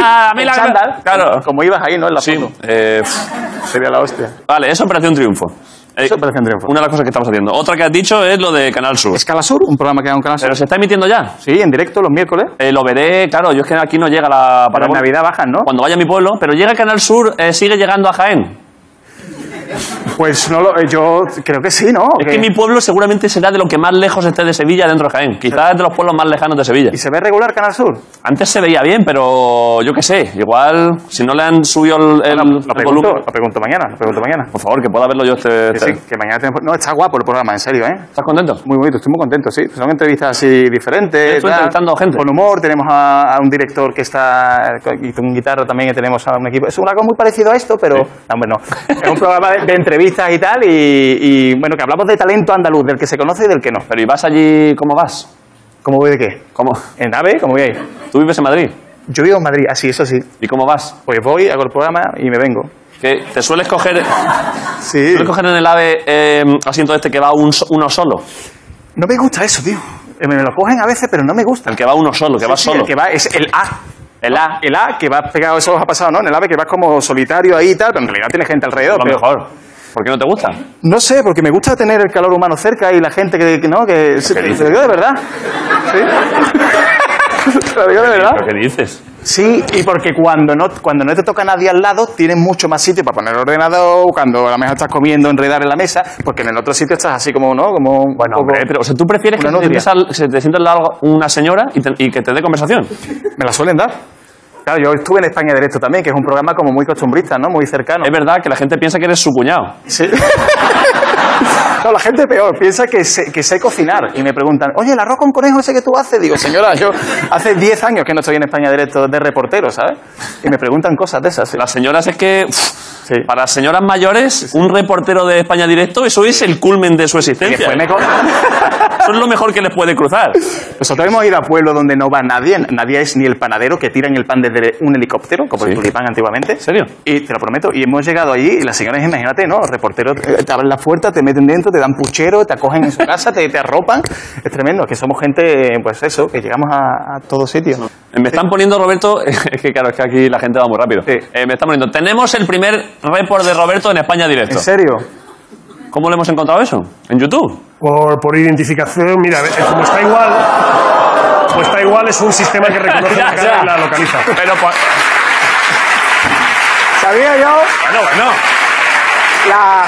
[SPEAKER 1] Ah, a mí
[SPEAKER 20] En
[SPEAKER 1] la
[SPEAKER 20] chándal,
[SPEAKER 1] Claro.
[SPEAKER 20] Como ibas ahí, ¿no? En la
[SPEAKER 1] Sí.
[SPEAKER 20] foto.
[SPEAKER 1] eh, pff.
[SPEAKER 20] Sería la hostia.
[SPEAKER 1] vale, es Operación Triunfo. Eh,
[SPEAKER 20] Eso parece un triunfo.
[SPEAKER 1] Una de las cosas que estamos haciendo. Otra que has dicho es lo de Canal Sur.
[SPEAKER 20] Escala Sur, un programa que da un canal Sur.
[SPEAKER 1] Pero se está emitiendo ya.
[SPEAKER 20] Sí, en directo los miércoles.
[SPEAKER 1] Eh, lo veré, claro, yo es que aquí no llega la
[SPEAKER 20] Para
[SPEAKER 1] parábola.
[SPEAKER 20] Navidad bajan, ¿no?
[SPEAKER 1] Cuando vaya a mi pueblo, pero llega Canal Sur, eh, sigue llegando a Jaén.
[SPEAKER 20] Pues no lo, eh, yo creo que sí, ¿no?
[SPEAKER 1] Es
[SPEAKER 20] Que-
[SPEAKER 1] que mi pueblo seguramente será de lo que más lejos esté de Sevilla dentro de Jaén. Quizás de los pueblos más lejanos de Sevilla.
[SPEAKER 20] ¿Y se ve regular Canal Sur?
[SPEAKER 1] Antes se veía bien, pero yo qué sé, igual si no le han subido el, el- el
[SPEAKER 20] Lo pregunto,
[SPEAKER 1] volumen.
[SPEAKER 20] lo pregunto mañana, lo pregunto mañana.
[SPEAKER 1] Por favor, que pueda verlo yo este.
[SPEAKER 20] Que
[SPEAKER 1] este-
[SPEAKER 20] sí, que mañana tenemos... No, está guapo el programa, en serio, ¿eh?
[SPEAKER 1] ¿Estás contento?
[SPEAKER 20] Muy bonito, estoy muy contento, sí. Son entrevistas así diferentes.
[SPEAKER 1] Estoy
[SPEAKER 20] tal.
[SPEAKER 1] entrevistando gente.
[SPEAKER 20] Con humor, tenemos a, a un director que está. y con guitarra también, y tenemos a un equipo. Es una cosa muy parecido a esto, pero. No, hombre, no. Es un programa de, de entrevistas y tal, y, y, bueno, que hablamos de talento andaluz, del que se conoce y del que no.
[SPEAKER 1] Pero ¿y vas allí cómo vas?
[SPEAKER 20] ¿Cómo voy de qué?
[SPEAKER 1] ¿Cómo?
[SPEAKER 20] ¿En AVE? ¿Cómo voy a ir?
[SPEAKER 1] ¿Tú vives en Madrid?
[SPEAKER 20] Yo vivo en Madrid, así, eso sí.
[SPEAKER 1] ¿Y cómo vas?
[SPEAKER 20] Pues voy, hago el programa y me vengo.
[SPEAKER 1] ¿Qué? ¿Te sueles coger,
[SPEAKER 20] Sí.
[SPEAKER 1] sueles coger en el AVE eh, asiento este que va un so- uno solo?
[SPEAKER 20] No me gusta eso, tío. Eh, Me lo cogen a veces, pero no me gusta.
[SPEAKER 1] El que va uno solo, que va
[SPEAKER 20] Sí, sí,
[SPEAKER 1] solo.
[SPEAKER 20] El que va es el A.
[SPEAKER 1] El A.
[SPEAKER 20] El A, que va pegado, eso os ha pasado, ¿no? En el AVE que vas como solitario ahí y tal, pero en realidad tiene gente alrededor.
[SPEAKER 1] Lo
[SPEAKER 20] pero-
[SPEAKER 1] mejor. ¿Por qué no te gusta?
[SPEAKER 20] No sé, porque me gusta tener el calor humano cerca y la gente que, que no, que... se-
[SPEAKER 1] dices? <laughs>
[SPEAKER 20] te lo digo de verdad. ¿Sí? <laughs> te lo digo de verdad.
[SPEAKER 1] ¿Pero qué dices?
[SPEAKER 20] Sí, y porque cuando no, cuando no te toca nadie al lado, tienes mucho más sitio para poner el ordenador, cuando a lo mejor estás comiendo, enredar en la mesa, porque en el otro sitio estás así como, ¿no? Como un
[SPEAKER 1] Bueno,
[SPEAKER 20] poco-
[SPEAKER 1] hombre, pero, o sea, ¿tú prefieres que
[SPEAKER 20] Una
[SPEAKER 1] te,
[SPEAKER 20] nutria.
[SPEAKER 1] sientes al- se te siente al lado una señora y, te- y que te dé conversación?
[SPEAKER 20] Me la suelen dar. Claro, yo estuve en España Derecho también, que es un programa como muy costumbrista, ¿no? Muy cercano.
[SPEAKER 1] Es verdad que la gente piensa que eres su cuñado.
[SPEAKER 20] Sí. <laughs> No, la gente peor, piensa que sé, que sé cocinar y me preguntan, oye, el arroz con conejo ese que tú haces. Digo, señora, yo hace 10 años que no estoy en España Directo de reportero, ¿sabes? Y me preguntan cosas de esas. sí.
[SPEAKER 1] Las señoras es que, uf, para las señoras mayores, un reportero de España Directo, eso es el culmen de su existencia.
[SPEAKER 20] después me
[SPEAKER 1] ¿eh? Eso es lo mejor que les puede cruzar.
[SPEAKER 20] <laughs> Nosotros hemos ido a pueblos donde no va nadie, nadie es ni el panadero que tiran el pan desde un helicóptero, como el tulipán antiguamente. ¿En
[SPEAKER 1] serio? Eh,
[SPEAKER 20] Y te lo prometo, y hemos llegado allí y las señoras, imagínate, ¿no? Los reporteros eh, te abren la puerta, te meten dentro, te dan puchero, te acogen en su casa, te, te arropan. Es tremendo, es que somos gente, pues eso, que llegamos a, a todos sitios.
[SPEAKER 1] Me están poniendo, Roberto, <laughs> es que claro, es que aquí la gente va muy rápido. Eh, me están poniendo, tenemos el primer report de Roberto en España Directo.
[SPEAKER 20] ¿En serio?
[SPEAKER 1] ¿Cómo le hemos encontrado eso? ¿En YouTube?
[SPEAKER 20] <laughs>
[SPEAKER 3] Por, por identificación, mira, eh, como está igual, como está igual es un sistema que
[SPEAKER 20] <laughs>
[SPEAKER 3] reconoce la
[SPEAKER 1] Ya,
[SPEAKER 3] cara
[SPEAKER 1] ya.
[SPEAKER 3] y la localiza.
[SPEAKER 1] Pero pues, por-
[SPEAKER 20] Sabía yo
[SPEAKER 1] Bueno, bueno.
[SPEAKER 20] la,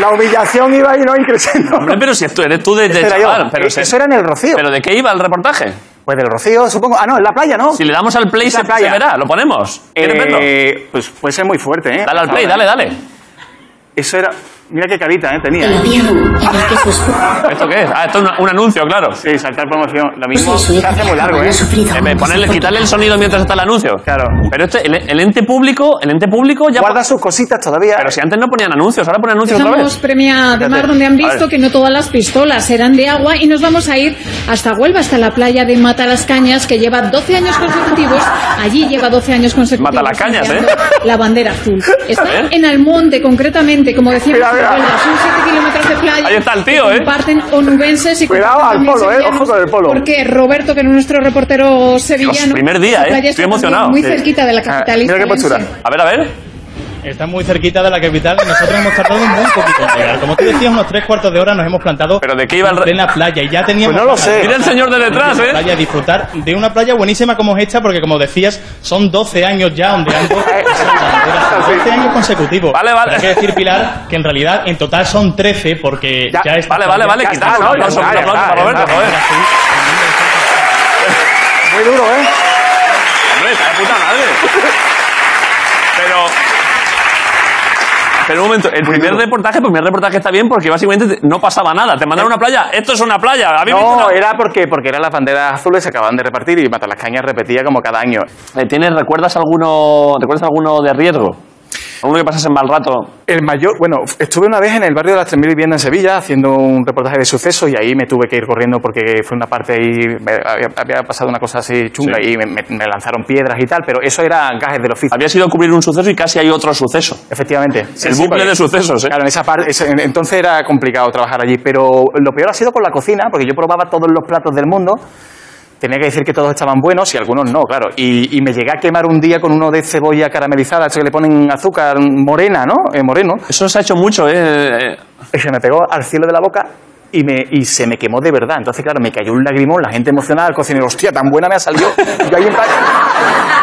[SPEAKER 20] la humillación iba a ir no increciendo.
[SPEAKER 1] Hombre, pero si esto eres tú desde
[SPEAKER 20] Este era yo.
[SPEAKER 1] chaval. Pero
[SPEAKER 20] Eh,
[SPEAKER 1] se-
[SPEAKER 20] Eso era en el Rocío.
[SPEAKER 1] ¿Pero de qué iba el reportaje?
[SPEAKER 20] Pues del Rocío, supongo. Ah, no, en la playa, ¿no?
[SPEAKER 1] Si le damos al play,
[SPEAKER 20] Es la
[SPEAKER 1] se, se
[SPEAKER 20] playa.
[SPEAKER 1] verá. ¿Lo ponemos? ¿Quieres verlo?
[SPEAKER 20] Eh, pues puede ser muy fuerte, ¿eh?
[SPEAKER 1] Dale al play, dale, dale.
[SPEAKER 20] Eso era. Mira qué carita, ¿eh? Tenía. ¿eh?
[SPEAKER 1] ¿Esto qué es? Ah, esto es una- un anuncio, claro.
[SPEAKER 20] Sí, saltar promoción. Lo mismo. Se hace muy largo, ¿eh?
[SPEAKER 1] Eh, ve, ponerle, quitarle el sonido mientras está el anuncio.
[SPEAKER 20] Claro.
[SPEAKER 1] Pero este, el, el ente público, el ente público ya. pues.
[SPEAKER 20] Guarda sus cositas todavía.
[SPEAKER 1] Pero si antes no ponían anuncios, ahora ponen anuncios Este otra
[SPEAKER 21] Estamos
[SPEAKER 1] vez.
[SPEAKER 21] premia de mar donde han
[SPEAKER 1] A
[SPEAKER 21] visto
[SPEAKER 1] ver.
[SPEAKER 21] que no todas las pistolas eran de agua y nos vamos a ir hasta Huelva, hasta la playa de Mata las Cañas que lleva 12 años consecutivos. Allí lleva 12 años consecutivos.
[SPEAKER 1] Matalacañas,
[SPEAKER 21] ondeando La bandera
[SPEAKER 1] <laughs>
[SPEAKER 21] azul. Está en Almonte, concretamente, como decíamos,
[SPEAKER 1] Mira, mira.
[SPEAKER 21] en Huelva. Son 7 kilómetros de playa.
[SPEAKER 1] Ahí está el tío,
[SPEAKER 21] que
[SPEAKER 1] ¿eh?
[SPEAKER 21] Comparten onubenses y
[SPEAKER 1] Cuidado
[SPEAKER 21] comparten
[SPEAKER 1] al
[SPEAKER 21] también
[SPEAKER 1] polo, ¿eh?
[SPEAKER 21] sevillanos,
[SPEAKER 1] Ojo con el polo.
[SPEAKER 21] Porque Roberto, que es nuestro reportero sevillano.
[SPEAKER 1] primer día,
[SPEAKER 21] la
[SPEAKER 1] ¿eh?
[SPEAKER 21] playa está
[SPEAKER 1] Estoy
[SPEAKER 21] también
[SPEAKER 1] emocionado.
[SPEAKER 21] Muy
[SPEAKER 1] Sí. Ah,
[SPEAKER 21] cerquita de la
[SPEAKER 20] Ah,
[SPEAKER 21] capital. hispalense.
[SPEAKER 1] ver, a ver.
[SPEAKER 22] Está muy cerquita de la capital y nosotros hemos tardado un buen poquito en llegar. Como tú decías, unos tres cuartos de hora nos hemos plantado
[SPEAKER 1] ¿Pero de qué iba el re-
[SPEAKER 22] en la playa y ya teníamos...
[SPEAKER 1] Pues no lo
[SPEAKER 22] ganas
[SPEAKER 1] sé.
[SPEAKER 22] de
[SPEAKER 1] Mira el
[SPEAKER 22] pasar
[SPEAKER 1] señor de
[SPEAKER 22] por
[SPEAKER 1] detrás,
[SPEAKER 22] la
[SPEAKER 1] ¿eh?
[SPEAKER 22] playa, disfrutar de una playa buenísima como es esta, porque como decías, son 12 años ya
[SPEAKER 20] <laughs>
[SPEAKER 22] ondeando.
[SPEAKER 20] Eh,
[SPEAKER 22] esa bandera. 12 años consecutivos. Vale, vale. Hay que decir, Pilar, que en realidad en total son 13 porque ya, está...
[SPEAKER 1] Vale, vale, vale. Quitamos un aplauso, un aplauso para Roberto, joder.
[SPEAKER 20] Muy duro, ¿eh?
[SPEAKER 1] Hombre, está de puta madre. Pero. Pero un momento, el primer reportaje, el primer reportaje está bien porque básicamente te- no pasaba nada. Te mandaron a una playa, esto es una playa. ¿habéis visto
[SPEAKER 20] No,
[SPEAKER 1] una-
[SPEAKER 20] era porque, porque eran las banderas azules, se acababan de repartir y Mata las Cañas repetía como cada año.
[SPEAKER 1] Eh, ¿Tienes, recuerdas alguno, recuerdas alguno de riesgo? ¿Alguno que pasase mal rato?
[SPEAKER 20] El mayor, bueno, estuve una vez en el barrio de las 3.000 viviendas en Sevilla haciendo un reportaje de sucesos y ahí me tuve que ir corriendo porque fue una parte ahí, me- había, había pasado una cosa así chunga y me, me- me lanzaron piedras y tal, pero eso era gajes del oficio.
[SPEAKER 1] Había sido cubrir un suceso y casi hay otro suceso.
[SPEAKER 20] Efectivamente.
[SPEAKER 1] El bucle de sucesos, ¿eh?
[SPEAKER 20] Claro, en esa parte, ese- en- entonces era complicado trabajar allí, pero lo peor ha sido con la cocina, porque yo probaba todos los platos del mundo, tenía que decir que todos estaban buenos y algunos no, claro, y, y me llegué a quemar un día con uno de cebolla caramelizada, eso que le ponen azúcar morena, ¿no? Eh, moreno.
[SPEAKER 1] Eso se ha hecho mucho, ¿eh?
[SPEAKER 20] Se me pegó al cielo de la boca. Y, me, y se me quemó de verdad. Entonces, claro, me cayó un lagrimón, la gente emocionada, el cocinero, hostia, tan buena me ha salido. Yo ahí en plan,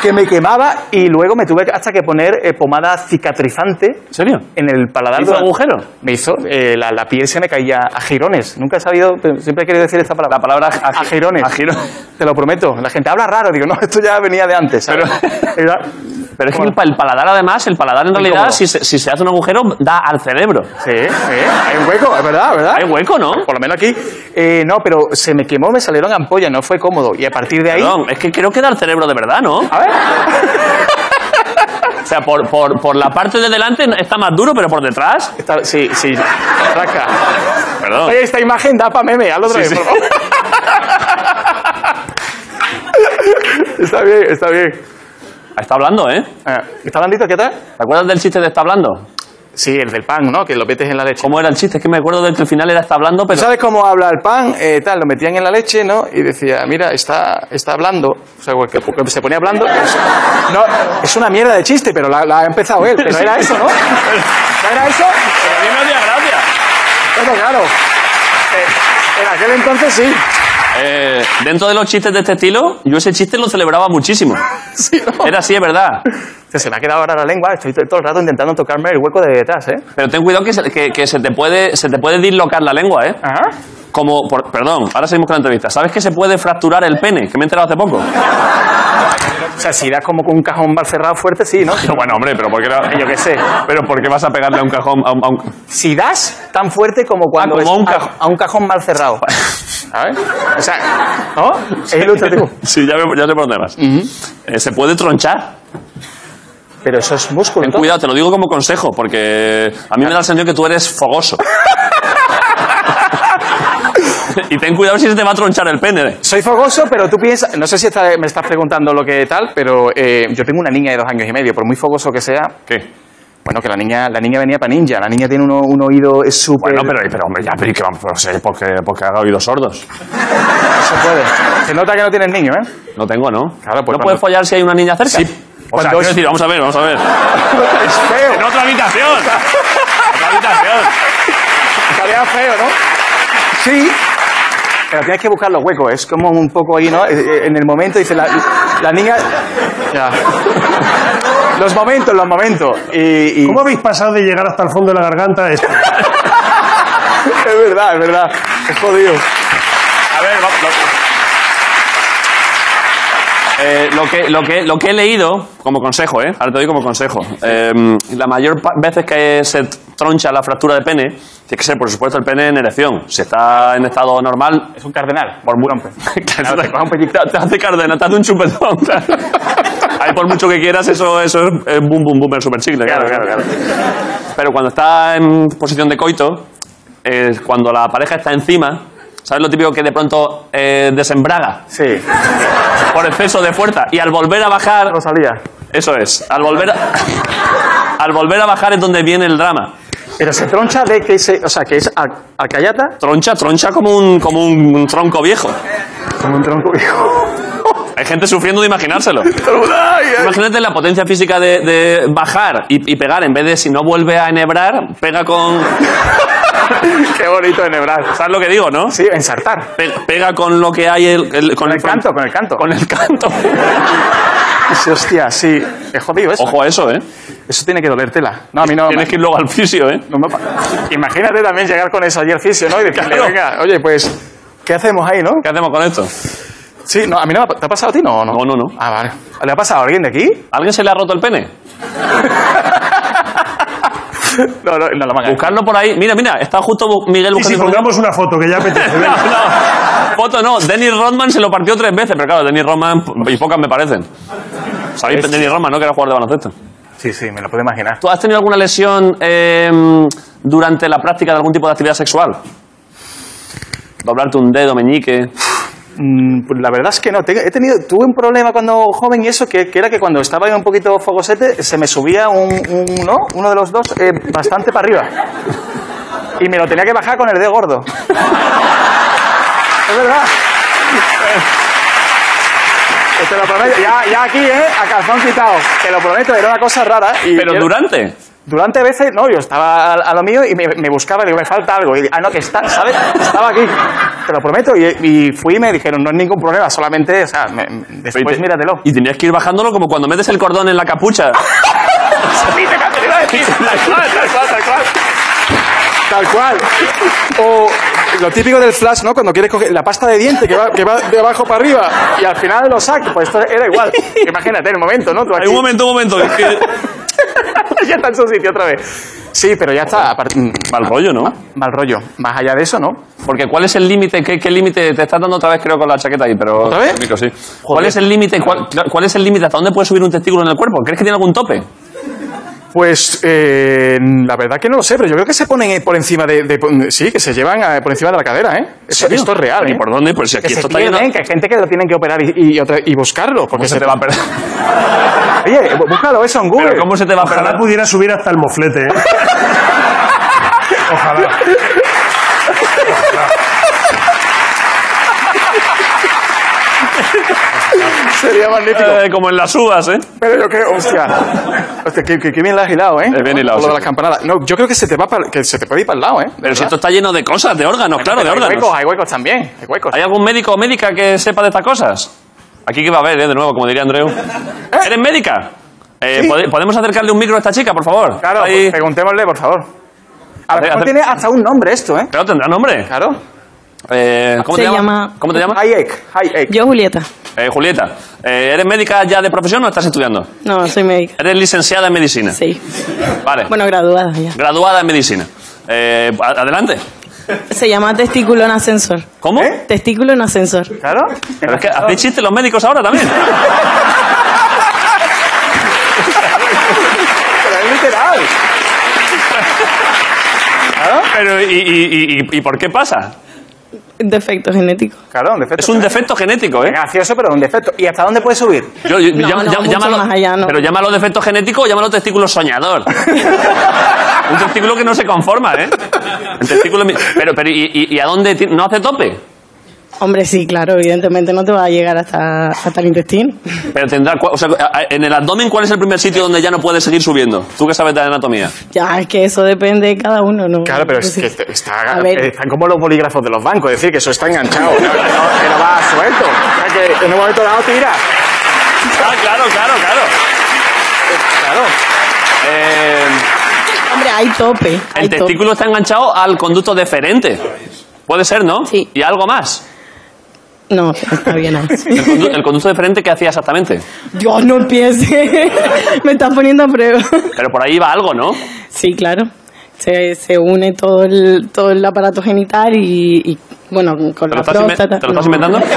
[SPEAKER 20] que me quemaba y luego me tuve hasta que poner eh, pomada cicatrizante. ¿En
[SPEAKER 1] serio?
[SPEAKER 20] En el paladar.
[SPEAKER 1] ¿Hizo
[SPEAKER 20] durante-
[SPEAKER 1] agujero?
[SPEAKER 20] Me hizo, eh, la, la piel se me caía a girones. Nunca he sabido, pero siempre he querido decir esta palabra. La
[SPEAKER 1] palabra
[SPEAKER 20] a, girones. Te lo prometo. La gente habla raro, digo, no, esto ya venía de antes. ¿sabes? Era-
[SPEAKER 1] Pero es que el, pa- el paladar, además, el paladar en
[SPEAKER 20] Muy
[SPEAKER 1] realidad,
[SPEAKER 20] cómodo.
[SPEAKER 1] si se, si se hace un agujero, da al cerebro.
[SPEAKER 20] Sí, sí, hay un hueco, es verdad, ¿verdad? Hay
[SPEAKER 1] hueco, ¿no?
[SPEAKER 20] Por lo menos aquí. Eh, no, pero se me quemó, me salieron ampollas, no fue cómodo. Y a partir de ahí...
[SPEAKER 1] Perdón, es que creo que da al cerebro de verdad, ¿no? A
[SPEAKER 20] ver.
[SPEAKER 1] O sea, por, por- por la parte de delante está más duro, pero por detrás.
[SPEAKER 20] sí, sí. Rasca.
[SPEAKER 1] Perdón.
[SPEAKER 20] Oye, esta imagen da para meme, hazlo otra
[SPEAKER 1] Sí,
[SPEAKER 20] vez,
[SPEAKER 1] sí.
[SPEAKER 20] por
[SPEAKER 1] <laughs>
[SPEAKER 20] favor. Está bien, está bien.
[SPEAKER 1] Está hablando, ¿eh?
[SPEAKER 20] ¿Está blandito? ¿Qué tal?
[SPEAKER 1] ¿Te acuerdas del chiste de está hablando?
[SPEAKER 20] Sí, el del pan, ¿no? Que lo metes en la leche.
[SPEAKER 1] ¿Cómo era el chiste? Es que me acuerdo del que al final era está hablando, pero.
[SPEAKER 20] ¿Sabes Pues cómo habla el pan? Eh, tal, lo metían en la leche, ¿no? Y decía, mira, está, está hablando. O sea, que, que se ponía hablando. pues, No, es una mierda de chiste, pero la, la ha empezado él. Pero era <laughs> eso, ¿no? ¿No era eso?
[SPEAKER 1] Pero a mí me hacía gracia.
[SPEAKER 20] Bueno, claro. Eh, en aquel entonces sí.
[SPEAKER 1] Eh, dentro de los chistes de este estilo, yo ese chiste lo celebraba <laughs> muchísimo. Era así, es verdad.
[SPEAKER 20] Se me ha quedado ahora la lengua, estoy todo el rato intentando tocarme el hueco de detrás, ¿eh?
[SPEAKER 1] Pero ten cuidado que se, que- que se te, puede, se te puede dislocar la lengua, ¿eh?
[SPEAKER 20] Ah.
[SPEAKER 1] Como, por- perdón, ahora seguimos con la entrevista. ¿Sabes que se puede fracturar el pene? Que me he enterado hace poco.
[SPEAKER 20] O sea, si das como con un cajón mal cerrado fuerte, sí, <laughs> ¿no?
[SPEAKER 1] bueno, hombre, pero ¿por qué no?
[SPEAKER 20] Yo qué sé.
[SPEAKER 1] Pero ¿por qué vas a pegarle a un cajón? A un,
[SPEAKER 20] Si das tan fuerte como cuando
[SPEAKER 1] Ah, como a
[SPEAKER 20] es-
[SPEAKER 1] un cajón.
[SPEAKER 20] a un cajón mal
[SPEAKER 1] <laughs>
[SPEAKER 20] cerrado. ¿Sabes? O sea, ¿no? Es ilustrativo.
[SPEAKER 1] Sí, ya, veo- ya sé por dónde vas. Eh, se puede tronchar.
[SPEAKER 20] Pero eso es músculo.
[SPEAKER 1] Ten cuidado, te lo digo como consejo, porque a mí me da la sensación que tú eres fogoso. y ten cuidado si se te va a tronchar el pene.
[SPEAKER 20] Soy fogoso, pero tú piensas, no sé si está- me estás preguntando lo que tal, pero eh, yo tengo una niña de dos años y medio, por muy fogoso que sea.
[SPEAKER 1] ¿Qué?
[SPEAKER 20] Bueno, que la niña, la niña venía para ninja, la niña tiene uno- un oído es súper...
[SPEAKER 1] Bueno, pero, pero hombre, ya, pero ¿y qué vamos a hacer? Pues, eh, Porque, porque haga oídos sordos.
[SPEAKER 20] No se puede. Se nota que no tienes niño, ¿eh?
[SPEAKER 1] <laughs> No tengo, ¿no? Claro, pues. ¿No
[SPEAKER 20] cuando-
[SPEAKER 1] puedes follar si hay una niña cerca?
[SPEAKER 20] Sí.
[SPEAKER 1] O sea, quiero
[SPEAKER 20] Cuando es-
[SPEAKER 1] decir, vamos a ver, vamos a ver.
[SPEAKER 20] Es feo.
[SPEAKER 1] <laughs> En otra habitación. Otra habitación.
[SPEAKER 20] Estaría feo, ¿no? Sí. Pero tienes que buscar los huecos, es como un poco ahí, ¿no? Eh, eh, En el momento, dice la, la niña. Ya. Los momentos, los momentos. Y, y-
[SPEAKER 3] ¿Cómo habéis pasado de llegar hasta el fondo de la garganta a esto?
[SPEAKER 20] Es verdad, es verdad. Es jodido.
[SPEAKER 1] A ver, vamos. Eh, lo, que, lo, que, lo que he leído como consejo, ¿eh? ahora te doy como consejo, eh, la mayor pa- veces que se troncha la fractura de pene, tiene que ser, por supuesto, el pene en erección. Si está en estado normal...
[SPEAKER 20] Es un cardenal.
[SPEAKER 1] Por muy... <laughs> Claro, te, coge un pellizco, te hace cardenal, te hace un chupetón. <laughs> claro. Ahí por mucho que quieras, eso, eso es, es boom, boom, boom, el super chicle. Claro, claro, claro. Pero cuando está en posición de coito, eh, cuando la pareja está encima, ¿sabes lo típico que de pronto eh, desembraga?
[SPEAKER 20] Sí.
[SPEAKER 1] Por exceso de fuerza. Y al volver a bajar... No
[SPEAKER 20] sabía.
[SPEAKER 1] Eso es. Al volver a, al volver a bajar es donde viene el drama.
[SPEAKER 20] Pero se troncha de que se. O sea, que es a- acayata.
[SPEAKER 1] Troncha, troncha como un, como un, un tronco viejo.
[SPEAKER 20] Como un tronco viejo.
[SPEAKER 1] Hay gente sufriendo de imaginárselo.
[SPEAKER 20] Ay, ay.
[SPEAKER 1] Imagínate la potencia física de, de bajar y, y pegar. En vez de si no vuelve a enhebrar, pega con.
[SPEAKER 20] Qué bonito enhebrar.
[SPEAKER 1] ¿Sabes lo que digo, no?
[SPEAKER 20] Sí, ensartar.
[SPEAKER 1] Pe- pega con lo que hay. El, el- con,
[SPEAKER 20] Con
[SPEAKER 1] el
[SPEAKER 20] el canto, con el canto.
[SPEAKER 1] Con el
[SPEAKER 20] <laughs>
[SPEAKER 1] canto.
[SPEAKER 20] Sí, hostia, sí. Es jodido eso.
[SPEAKER 1] Ojo a eso, ¿eh?
[SPEAKER 20] Eso tiene que dolértela. No, a mí no.
[SPEAKER 1] Tienes que ir luego al fisio, ¿eh?
[SPEAKER 20] No me pa- Imagínate también llegar con eso ayer fisio, ¿no? Y decirle,
[SPEAKER 1] Claro.
[SPEAKER 20] venga, oye, pues, ¿qué hacemos ahí, no?
[SPEAKER 1] ¿Qué hacemos con esto?
[SPEAKER 20] Sí, no, a mí no me ha pa- ¿Te ha pasado a ti, no? o No,
[SPEAKER 1] No, no, no.
[SPEAKER 20] Ah, vale. ¿Le ha pasado a alguien de aquí? <laughs>
[SPEAKER 1] ¿A ¿Alguien se le ha roto el pene?
[SPEAKER 20] No, no, no lo manga.
[SPEAKER 1] Buscarlo por ahí. Mira, mira, está justo bu- Miguel
[SPEAKER 3] Y si
[SPEAKER 1] buscando.
[SPEAKER 3] pongamos una foto que
[SPEAKER 1] <laughs>
[SPEAKER 3] ya apetece.
[SPEAKER 1] No,
[SPEAKER 3] venga.
[SPEAKER 1] no. Foto no. Dennis Rodman se lo partió tres veces, pero claro, Dennis Rodman y pocas me parecen. ¿Sabéis? Dennis Rodman, ¿no? Que era jugador de baloncesto.
[SPEAKER 20] Sí, sí, me lo puedo imaginar.
[SPEAKER 1] ¿Tú has tenido alguna lesión eh, durante la práctica de algún tipo de actividad sexual? Doblarte un dedo, meñique.
[SPEAKER 20] Mm, pues la verdad es que no. Te- He tenido, tuve un problema cuando joven y eso, que, que era que cuando estaba yo un poquito fogosete, se me subía un, un- ¿no? uno de los dos eh, bastante para arriba. Y me lo tenía que bajar con el dedo gordo. es verdad. Eh, Te lo prometo, ya, ya aquí, ¿eh? A calzón quitado. Te lo prometo, era una cosa rara. ¿eh? Y
[SPEAKER 1] Pero
[SPEAKER 20] era-
[SPEAKER 1] durante.
[SPEAKER 20] Durante veces, no, yo estaba a, a lo mío y me, me buscaba, digo, me falta algo. Y, ah, no, que está, ¿sabes? Estaba aquí, te lo prometo. Y, y fui y me dijeron, no es ningún problema, solamente, o sea, me- me- después
[SPEAKER 1] Y te- <laughs>
[SPEAKER 20] míratelo.
[SPEAKER 1] Y tenías que ir bajándolo como cuando metes el cordón en la capucha.
[SPEAKER 20] Tal cual. O lo típico del flash, ¿no? Cuando quieres coger la pasta de diente que va, que va de abajo para arriba y al final lo sacas, pues esto era igual. Imagínate el momento, ¿no? Tú
[SPEAKER 1] Hay
[SPEAKER 20] aquí-
[SPEAKER 1] un momento, un momento. Es que...
[SPEAKER 20] <laughs> ya está en su sitio otra vez. Sí, pero ya está. aparte- mm,
[SPEAKER 1] Mal rollo, ¿no?
[SPEAKER 20] Mal rollo. Más allá de eso, ¿no.
[SPEAKER 1] Porque ¿cuál es el límite? ¿Qué, qué límite? Te estás dando otra vez, creo, con la chaqueta ahí, pero...
[SPEAKER 20] ¿Otra vez?
[SPEAKER 1] el micro, sí. ¿Cuál es el límite? ¿Cuál, cuál es el límite? ¿Hasta dónde puede subir un testículo en el cuerpo? ¿Crees que tiene algún tope?
[SPEAKER 20] Pues eh, la verdad que no lo sé, pero yo creo que se ponen eh, por encima de, de- sí, que se llevan eh, por encima de la cadera, ¿eh. Eso-
[SPEAKER 1] serio?
[SPEAKER 20] esto es real,
[SPEAKER 1] ¿Y
[SPEAKER 20] ¿eh?
[SPEAKER 1] por dónde? Pues si
[SPEAKER 20] Que
[SPEAKER 1] aquí
[SPEAKER 20] se
[SPEAKER 1] esto está
[SPEAKER 20] pierden,
[SPEAKER 1] lleno-
[SPEAKER 20] que hay gente que lo tienen que operar y, y otra- y buscarlo, porque
[SPEAKER 1] se te va a perder.
[SPEAKER 20] <laughs> Oye, bú- búscalo eso en Google.
[SPEAKER 1] ¿Pero cómo se te va a perder?
[SPEAKER 3] Ojalá pudiera subir hasta el moflete. ¿eh? Ojalá.
[SPEAKER 1] Sería magnífico. <laughs> como en las uvas, ¿eh?
[SPEAKER 20] Pero yo creo, hostia, hostia que, que- que bien la has hilado, ¿eh?
[SPEAKER 1] Es bien hilado,
[SPEAKER 20] Con Lo
[SPEAKER 1] sí.
[SPEAKER 20] de las campanadas. No, yo creo que se te, va para, que se te puede ir para el lado, ¿eh? De
[SPEAKER 1] Pero si
[SPEAKER 20] verdad.
[SPEAKER 1] esto está lleno de cosas, de órganos, claro, de
[SPEAKER 20] Hay
[SPEAKER 1] órganos.
[SPEAKER 20] huecos, hay huecos también, hay huecos.
[SPEAKER 1] ¿Hay algún médico o médica que sepa de estas cosas? Aquí que va a haber, ¿eh? de nuevo, como diría Andreu. ¿Eres médica? Eh, ¿pode- ¿Podemos acercarle un micro a esta chica, por favor?
[SPEAKER 20] Claro, pues,
[SPEAKER 1] Ahí-
[SPEAKER 20] preguntémosle, por favor. A lo
[SPEAKER 1] Hacer-
[SPEAKER 20] mejor
[SPEAKER 1] hacer-
[SPEAKER 20] tiene hasta un nombre esto, ¿eh?
[SPEAKER 1] Pero tendrá nombre.
[SPEAKER 20] Claro.
[SPEAKER 1] Eh, ¿Cómo te
[SPEAKER 2] Se
[SPEAKER 1] llamas?
[SPEAKER 2] llama-
[SPEAKER 1] ¿Cómo te llamas?
[SPEAKER 20] Hayek.
[SPEAKER 2] Yo, Julieta.
[SPEAKER 1] Eh, Julieta, eh, ¿eres médica ya de profesión o estás estudiando?
[SPEAKER 2] No, soy médica.
[SPEAKER 1] ¿Eres licenciada en medicina?
[SPEAKER 2] Sí.
[SPEAKER 1] Vale.
[SPEAKER 2] Bueno, graduada ya.
[SPEAKER 1] Graduada en medicina. Eh, a- adelante.
[SPEAKER 2] Se llama testículo en ascensor.
[SPEAKER 1] ¿Cómo?
[SPEAKER 2] ¿Eh? Testículo en ascensor.
[SPEAKER 20] Claro.
[SPEAKER 1] Pero es que hacéis chistes los médicos ahora también.
[SPEAKER 20] Pero es literal.
[SPEAKER 1] Pero, ¿y, y- y- y- y por qué pasa?
[SPEAKER 2] Defecto genético.
[SPEAKER 20] Claro, un defecto.
[SPEAKER 1] Es un defecto genético, ¿eh?
[SPEAKER 20] Gracioso, pero un defecto. ¿Y hasta dónde puede subir?
[SPEAKER 1] Yo- yo-
[SPEAKER 2] No,
[SPEAKER 1] llama-
[SPEAKER 2] no,
[SPEAKER 1] llama-
[SPEAKER 2] mucho
[SPEAKER 1] llámalo-
[SPEAKER 2] más allá, no.
[SPEAKER 1] Pero llámalo defecto genético o llámalo testículo
[SPEAKER 2] <laughs>
[SPEAKER 1] soñador. un testículo que no se conforma, ¿eh? El testículo... mi- Pero, pero ¿y, y, y a dónde? ti- ¿No hace tope?
[SPEAKER 2] Hombre, sí, claro, evidentemente no te va a llegar hasta, hasta el intestino.
[SPEAKER 1] Pero tendrá... cua- O sea, a- a- en el abdomen, ¿cuál es el primer sitio donde ya no puedes seguir subiendo? Tú que sabes de anatomía.
[SPEAKER 2] Ya, es que eso depende de cada uno, ¿no? Pues
[SPEAKER 20] Claro, pero es que
[SPEAKER 2] Entonces,
[SPEAKER 20] est-
[SPEAKER 1] este-
[SPEAKER 20] está,
[SPEAKER 2] A ver.
[SPEAKER 20] están como los bolígrafos de los bancos, es decir, que eso está enganchado, no, no, <laughs> que no va suelto. O sea, que en un momento dado tira.
[SPEAKER 1] Ah, claro, claro, claro.
[SPEAKER 20] Claro.
[SPEAKER 2] Hombre, hay tope.
[SPEAKER 1] Eh, el
[SPEAKER 2] Hay tope.
[SPEAKER 1] testículo está enganchado al conducto deferente. Puede ser, ¿no? Sí. ¿Y algo más?
[SPEAKER 2] No, está bien ahí.
[SPEAKER 1] ¿El, condu- el conducto deferente qué hacía exactamente?
[SPEAKER 2] Dios, no empiece. <laughs> Me estás poniendo a prueba.
[SPEAKER 1] Pero por ahí va algo, ¿no?
[SPEAKER 2] Sí, claro. Se, se une todo el, todo el aparato genital y, y, bueno, con
[SPEAKER 1] ¿Te lo
[SPEAKER 2] la
[SPEAKER 1] estás, inven-
[SPEAKER 2] próstata.
[SPEAKER 1] te lo estás
[SPEAKER 2] no. <laughs>
[SPEAKER 1] inventando?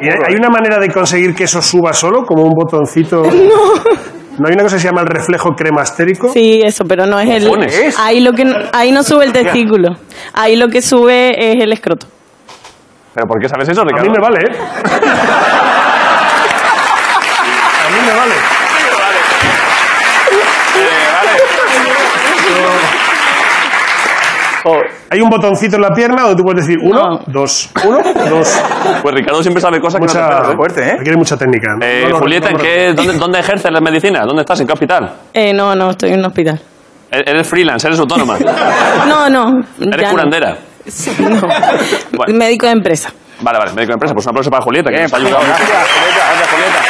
[SPEAKER 3] ¿Y ¿Hay una manera de conseguir que eso suba solo, como un botoncito? No. ¿No hay una cosa que se llama el reflejo cremastérico?
[SPEAKER 2] Sí, eso, pero no es el...
[SPEAKER 3] ¿Cojones? ¿Es?
[SPEAKER 2] Ahí, lo que, no- ahí no sube el testículo. Ahí lo que sube es el escroto.
[SPEAKER 1] ¿Pero por qué sabes eso, Ricardo?
[SPEAKER 3] A mí me vale, ¿eh? A mí me vale. Hay un botoncito en la pierna donde tú puedes decir uno, dos, uno, dos.
[SPEAKER 1] Pues Ricardo siempre sabe cosas que no te
[SPEAKER 3] Mucha,
[SPEAKER 1] esperas, ¿eh?
[SPEAKER 3] Requiere mucha técnica.
[SPEAKER 1] Eh,
[SPEAKER 3] No lo-
[SPEAKER 1] Julieta,
[SPEAKER 3] no
[SPEAKER 1] ¿en
[SPEAKER 3] lo-
[SPEAKER 1] qué, dónde, dónde ejerces la medicina? ¿Dónde estás? ¿En qué hospital?
[SPEAKER 2] Eh, no, no, estoy en un hospital.
[SPEAKER 1] E- Eres freelance, eres
[SPEAKER 2] <laughs>
[SPEAKER 1] autónoma.
[SPEAKER 2] No, no.
[SPEAKER 1] Eres
[SPEAKER 2] ya no.
[SPEAKER 1] curandera.
[SPEAKER 2] Sí, no.
[SPEAKER 1] Bueno.
[SPEAKER 2] Médico
[SPEAKER 1] <laughs>
[SPEAKER 2] de empresa.
[SPEAKER 1] Vale, vale, médico de empresa. Pues un aplauso para Julieta, que nos ha ayudado mucho.
[SPEAKER 20] Gracias, Julieta, gracias, Julieta.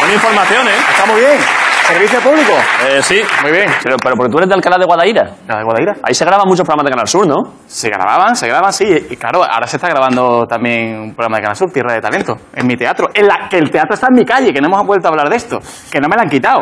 [SPEAKER 1] Buena información, ¿eh?
[SPEAKER 20] Está muy bien. ¿Servicio público?
[SPEAKER 1] Eh, sí.
[SPEAKER 20] Muy bien.
[SPEAKER 1] Pero, pero, pero tú eres de Alcalá de Guadaira.
[SPEAKER 20] de Guadaira.
[SPEAKER 1] Ahí se graban muchos programas de Canal Sur, ¿no?
[SPEAKER 20] Se grababan, se grababan, sí. Y claro, ahora se está grabando también un programa de Canal Sur, Tierra de Talento, en mi teatro. En la que el teatro está en mi calle, que no hemos vuelto a hablar de esto, que no me la han quitado.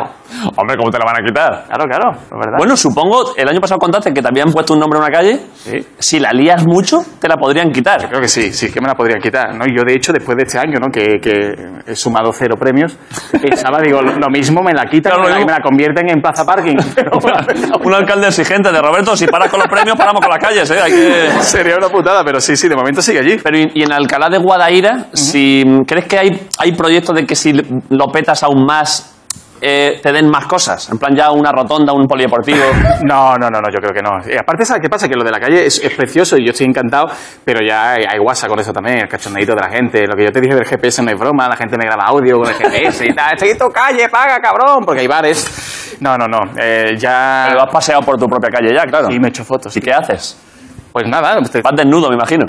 [SPEAKER 1] Hombre, ¿cómo te la van a quitar?
[SPEAKER 20] Claro, claro, es verdad.
[SPEAKER 1] Bueno, supongo, el año pasado contaste que te habían puesto un nombre a una calle.
[SPEAKER 20] Sí.
[SPEAKER 1] Si la lías mucho, te la podrían quitar. <laughs>
[SPEAKER 20] Creo que sí, sí, que me la podrían quitar. ¿no? Y Yo, de hecho, después de este año, ¿no? que, que he sumado cero premios, pensaba, digo, lo lo mismo me la quitan
[SPEAKER 1] Claro, lo
[SPEAKER 20] me, la,
[SPEAKER 1] mismo.
[SPEAKER 20] me la convierten en
[SPEAKER 1] <laughs>
[SPEAKER 20] plaza parking. Pero bueno,
[SPEAKER 1] Un alcalde exigente de Roberto, si paras con los premios, paramos con las calles, ¿eh? Hay que...
[SPEAKER 20] Sería una putada, pero sí, sí, de momento sigue allí.
[SPEAKER 1] Pero y, y en Alcalá de Guadaira, si crees que hay, hay proyectos de que si lo petas aún más, eh, te den más cosas. En plan, ya una rotonda, un
[SPEAKER 20] <laughs>
[SPEAKER 1] polideportivo.
[SPEAKER 20] No, no, no, no, yo creo que no. Eh, aparte, ¿sabes qué pasa? Que lo de la calle es, es precioso y yo estoy encantado, pero ya hay, hay guasa con eso también, el cachondeito de la gente. Lo que yo te dije del GPS no es broma, la gente me graba audio con el GPS y tal. Estoy en tu calle, paga, cabrón, porque hay bares. No, no, no. eh, ya.
[SPEAKER 1] Pero has paseado por tu propia calle ya, claro.
[SPEAKER 20] Y me he hecho fotos.
[SPEAKER 1] ¿Y qué haces?
[SPEAKER 20] Pues nada, te-
[SPEAKER 1] Vas desnudo, me
[SPEAKER 20] <laughs>
[SPEAKER 1] imagino.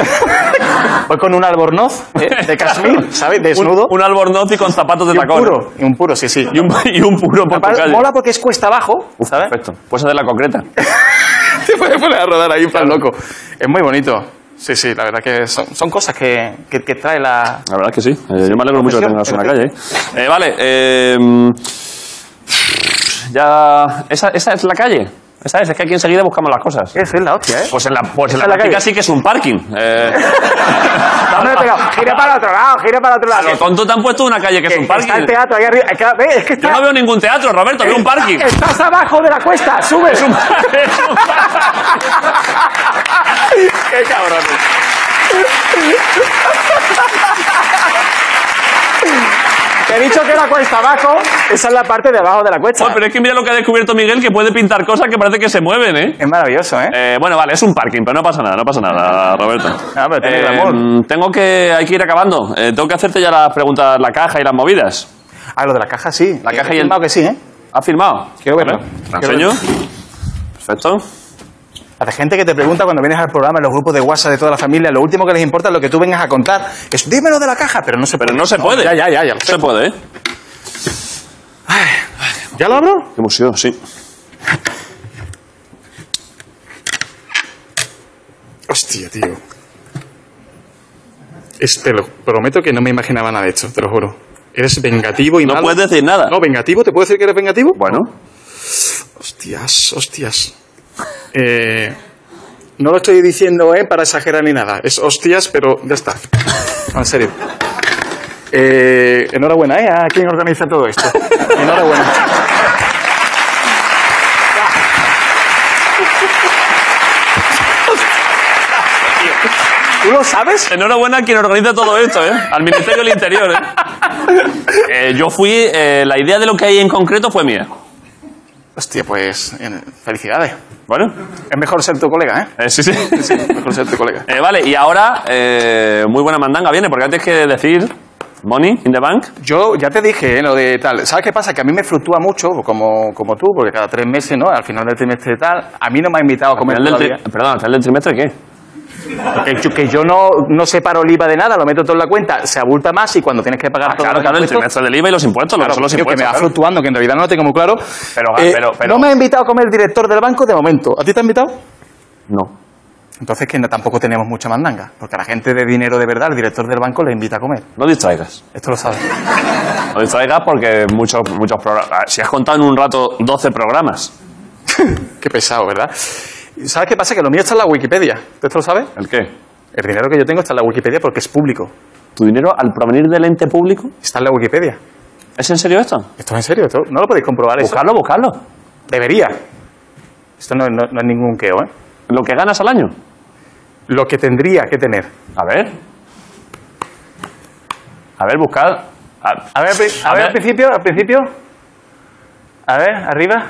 [SPEAKER 20] voy con un albornoz eh,
[SPEAKER 1] <laughs>
[SPEAKER 20] de cashmere, ¿sabes? Desnudo.
[SPEAKER 1] Un, un albornoz y con zapatos de
[SPEAKER 20] y un
[SPEAKER 1] tacón.
[SPEAKER 20] puro, y un puro, sí, sí.
[SPEAKER 1] Y un, y un puro por tu
[SPEAKER 20] Aparte,
[SPEAKER 1] calle.
[SPEAKER 20] mola porque es
[SPEAKER 1] <laughs>
[SPEAKER 20] cuesta abajo, ¿sabes?
[SPEAKER 1] Perfecto. Puedes hacer la concreta.
[SPEAKER 20] Te puedes poner a rodar ahí, en plan loco. Es muy bonito. Sí, sí, la verdad que son, son cosas que, que, que trae la...
[SPEAKER 1] La verdad es que sí. Eh, yo me alegro mucho de que tengas una calle. ¿eh? Eh, vale. eh, ya. ¿Esa, esa es la calle. Esa es. Es que aquí enseguida buscamos las cosas.
[SPEAKER 20] Es la hostia, ¿eh?
[SPEAKER 1] Pues en la, pues en
[SPEAKER 20] Esa
[SPEAKER 1] la
[SPEAKER 20] es la
[SPEAKER 1] práctica
[SPEAKER 20] calle.
[SPEAKER 1] sí que es un parking. Eh,
[SPEAKER 20] <laughs> No, no, pero gira para el otro lado, gira para el otro
[SPEAKER 1] a
[SPEAKER 20] lado.
[SPEAKER 1] lo tonto te han puesto una calle que es un
[SPEAKER 20] Que Está
[SPEAKER 1] parking.
[SPEAKER 20] el teatro ahí arriba. Es que, ve, es que
[SPEAKER 1] Yo
[SPEAKER 20] está...
[SPEAKER 1] no veo ningún teatro, Roberto, veo un parking.
[SPEAKER 20] Estás abajo de la cuesta,
[SPEAKER 1] <laughs>
[SPEAKER 20] sube.
[SPEAKER 1] Es un es
[SPEAKER 20] <laughs>
[SPEAKER 1] un
[SPEAKER 20] ¡Qué cabrón! Te he dicho que era cuesta abajo, esa es la parte de abajo de la cuesta.
[SPEAKER 1] pero es que mira lo que ha descubierto Miguel, que puede pintar cosas que parece que se mueven, ¿eh?
[SPEAKER 20] Es maravilloso, ¿eh?
[SPEAKER 1] bueno, vale, es un parking, pero no pasa nada, no pasa nada, Roberto.
[SPEAKER 20] tiene
[SPEAKER 1] Eh,
[SPEAKER 20] glamour.
[SPEAKER 1] tengo que, hay que ir acabando. Eh, tengo que hacerte ya las preguntas, la caja y las movidas.
[SPEAKER 20] Ah, lo de la caja sí.
[SPEAKER 1] La caja
[SPEAKER 20] He
[SPEAKER 1] y el...
[SPEAKER 20] firmado que sí, ¿eh?
[SPEAKER 1] ¿Has firmado?
[SPEAKER 20] Quiero verlo.
[SPEAKER 1] ¿Te la
[SPEAKER 20] Quiero
[SPEAKER 1] enseño?
[SPEAKER 20] verlo.
[SPEAKER 1] Perfecto.
[SPEAKER 20] La de gente que te pregunta cuando vienes al programa, en los grupos de WhatsApp de toda la familia, lo último que les importa es lo que tú vengas a contar. Es dímelo de la caja, pero no se puede.
[SPEAKER 1] Pero no se puede.
[SPEAKER 20] ya, ya, ya, ya. lo
[SPEAKER 1] No
[SPEAKER 20] sé.
[SPEAKER 1] se puede, ¿eh?
[SPEAKER 20] ¿Ya lo abro?
[SPEAKER 1] Qué museo, sí.
[SPEAKER 5] Hostia, tío. Es- te lo prometo que no me imaginaba nada de esto, te lo juro. Eres vengativo y
[SPEAKER 1] No
[SPEAKER 5] malo.
[SPEAKER 1] puedes decir nada.
[SPEAKER 5] No, vengativo, ¿te puedo decir que eres vengativo?
[SPEAKER 1] Bueno.
[SPEAKER 5] Hostias, hostias. Eh, no lo estoy diciendo, ¿eh? Para exagerar ni nada. Es hostias, pero ya <laughs> está. No, en serio. Eh, enhorabuena, ¿eh? A quien organiza todo esto. Enhorabuena.
[SPEAKER 1] ¿Tú lo sabes? Enhorabuena a quien organiza todo esto, ¿eh? Al Ministerio del Interior, ¿eh? Eh, yo fui... eh, la idea de lo que hay en concreto fue mía.
[SPEAKER 20] Hostia, pues eh, felicidades.
[SPEAKER 1] Bueno.
[SPEAKER 20] Es mejor ser tu colega, ¿eh?
[SPEAKER 1] Eh, sí, sí.
[SPEAKER 20] Mejor ser tu colega.
[SPEAKER 1] Eh, vale, y ahora... eh, muy buena mandanga viene, porque antes que decir... Money in the bank.
[SPEAKER 20] Yo ya te dije ¿eh? lo de tal. ¿Sabes qué pasa? Que a mí me fluctúa mucho, como, como tú, porque cada tres meses, ¿no? Al final del trimestre tal, a mí no me ha invitado a comer
[SPEAKER 1] final del tri-
[SPEAKER 20] todavía.
[SPEAKER 1] Perdón, ¿al final del trimestre qué?
[SPEAKER 20] Que yo, que yo no, no separo el IVA de nada, lo meto todo en la cuenta, se abulta más y cuando tienes que pagar todo
[SPEAKER 1] Claro, claro, el trimestre del IVA y los impuestos, lo que son los
[SPEAKER 20] que me
[SPEAKER 1] impuestos.
[SPEAKER 20] va
[SPEAKER 1] claro.
[SPEAKER 20] fluctuando, que en realidad no lo tengo muy claro.
[SPEAKER 1] Pero,
[SPEAKER 20] Eh,
[SPEAKER 1] pero, pero-
[SPEAKER 20] No me ha invitado a comer el director del banco de momento. ¿A ti te ha invitado?
[SPEAKER 1] No.
[SPEAKER 20] Entonces que no- tampoco tenemos mucha mandanga, porque a la gente de dinero de verdad, el director del banco le invita a comer.
[SPEAKER 1] No distraigas.
[SPEAKER 20] Esto lo sabes.
[SPEAKER 1] No distraigas porque muchos, muchos programas... Si has contado en un rato 12 programas.
[SPEAKER 20] Qué pesado, ¿verdad? ¿Y ¿Sabes qué pasa? Que lo mío está en la Wikipedia. ¿Tú esto lo sabes?
[SPEAKER 1] ¿El qué?
[SPEAKER 20] El dinero que yo tengo está en la Wikipedia porque es público.
[SPEAKER 1] ¿Tu dinero al provenir del ente público?
[SPEAKER 20] Está en la Wikipedia.
[SPEAKER 1] ¿Es en serio esto?
[SPEAKER 20] ¿Esto es en serio? ¿Esto ¿No lo podéis comprobar eso?
[SPEAKER 1] Buscarlo, buscarlo.
[SPEAKER 20] Debería. Esto no, no- no es ningún queo, ¿eh?
[SPEAKER 1] ¿Lo que ganas al año?
[SPEAKER 20] Lo que tendría que tener.
[SPEAKER 1] A ver. A ver, buscad. A,
[SPEAKER 20] A ver, pri- a ver, al principio, al principio. A ver, arriba.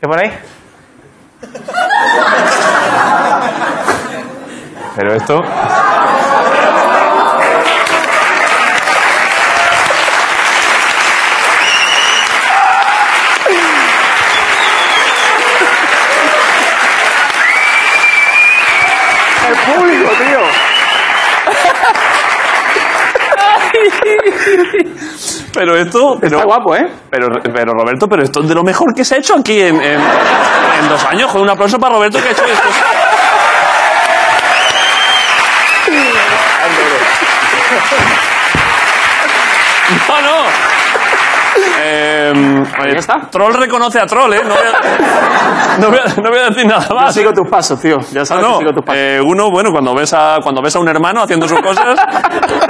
[SPEAKER 20] ¿Qué ponéis?
[SPEAKER 1] Pero esto.
[SPEAKER 20] ¡El público, tío!
[SPEAKER 1] Pero esto. Pero,
[SPEAKER 20] Está guapo, ¿eh?
[SPEAKER 1] pero, pero, Roberto, pero esto es de lo mejor que se ha hecho aquí en, en- en dos años. Joder, un aplauso para Roberto que ha hecho esto. No, no. Em, oye, Troll reconoce a Troll, ¿eh? No voy a, no voy a- no voy a decir nada
[SPEAKER 20] Yo
[SPEAKER 1] más.
[SPEAKER 20] sigo tus pasos, tío. Ya
[SPEAKER 1] Ah,
[SPEAKER 20] sabes que
[SPEAKER 1] no.
[SPEAKER 20] sigo tus pasos.
[SPEAKER 1] Eh, uno, bueno, cuando ves, a, cuando ves a un hermano haciendo sus cosas,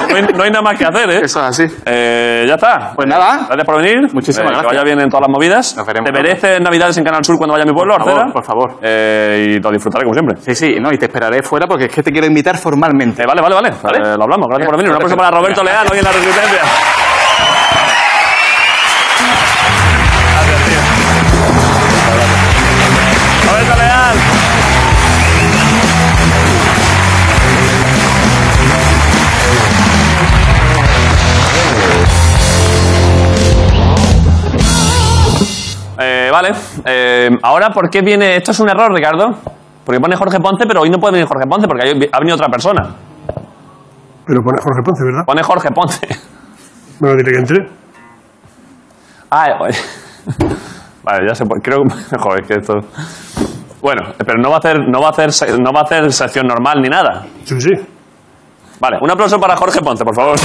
[SPEAKER 1] no hay, no hay nada más que hacer, ¿eh?
[SPEAKER 20] Eso es así.
[SPEAKER 1] Eh, ya está.
[SPEAKER 20] Pues nada.
[SPEAKER 1] Gracias por venir.
[SPEAKER 20] Muchísimas
[SPEAKER 1] Eh,
[SPEAKER 20] gracias.
[SPEAKER 1] Que vaya bien en todas las movidas.
[SPEAKER 20] Nos veremos
[SPEAKER 1] Te mereces Navidades en Canal Sur cuando vaya a mi pueblo,
[SPEAKER 20] Por favor,
[SPEAKER 1] Arcera.
[SPEAKER 20] por favor.
[SPEAKER 1] Eh, y lo disfrutaré como siempre.
[SPEAKER 20] Sí, sí, no, y te esperaré fuera porque es que te quiero invitar formalmente.
[SPEAKER 1] Eh, vale, vale, vale. Eh, lo hablamos. Gracias por venir. Un aplauso para Roberto Leal hoy en la Resistencia. Gracias, tío. Roberto Leal. Eh, vale. Eh, ahora, ¿por qué viene? Esto es un error, Ricardo. Porque pone Jorge Ponce, pero hoy no puede venir Jorge Ponce porque hay- ha venido otra persona.
[SPEAKER 3] Pero pone Jorge Ponce, ¿verdad?
[SPEAKER 1] Pone Jorge Ponce.
[SPEAKER 3] Bueno, diré que entre.
[SPEAKER 1] Ah, eh, vale. Vale, ya se puede. Creo que. <laughs> Joder, que esto. Bueno, eh, pero no va a hacer, no va a hacer, se- no va a hacer sección normal ni nada.
[SPEAKER 3] Sí, sí.
[SPEAKER 1] Vale, un aplauso para Jorge Ponce, por favor.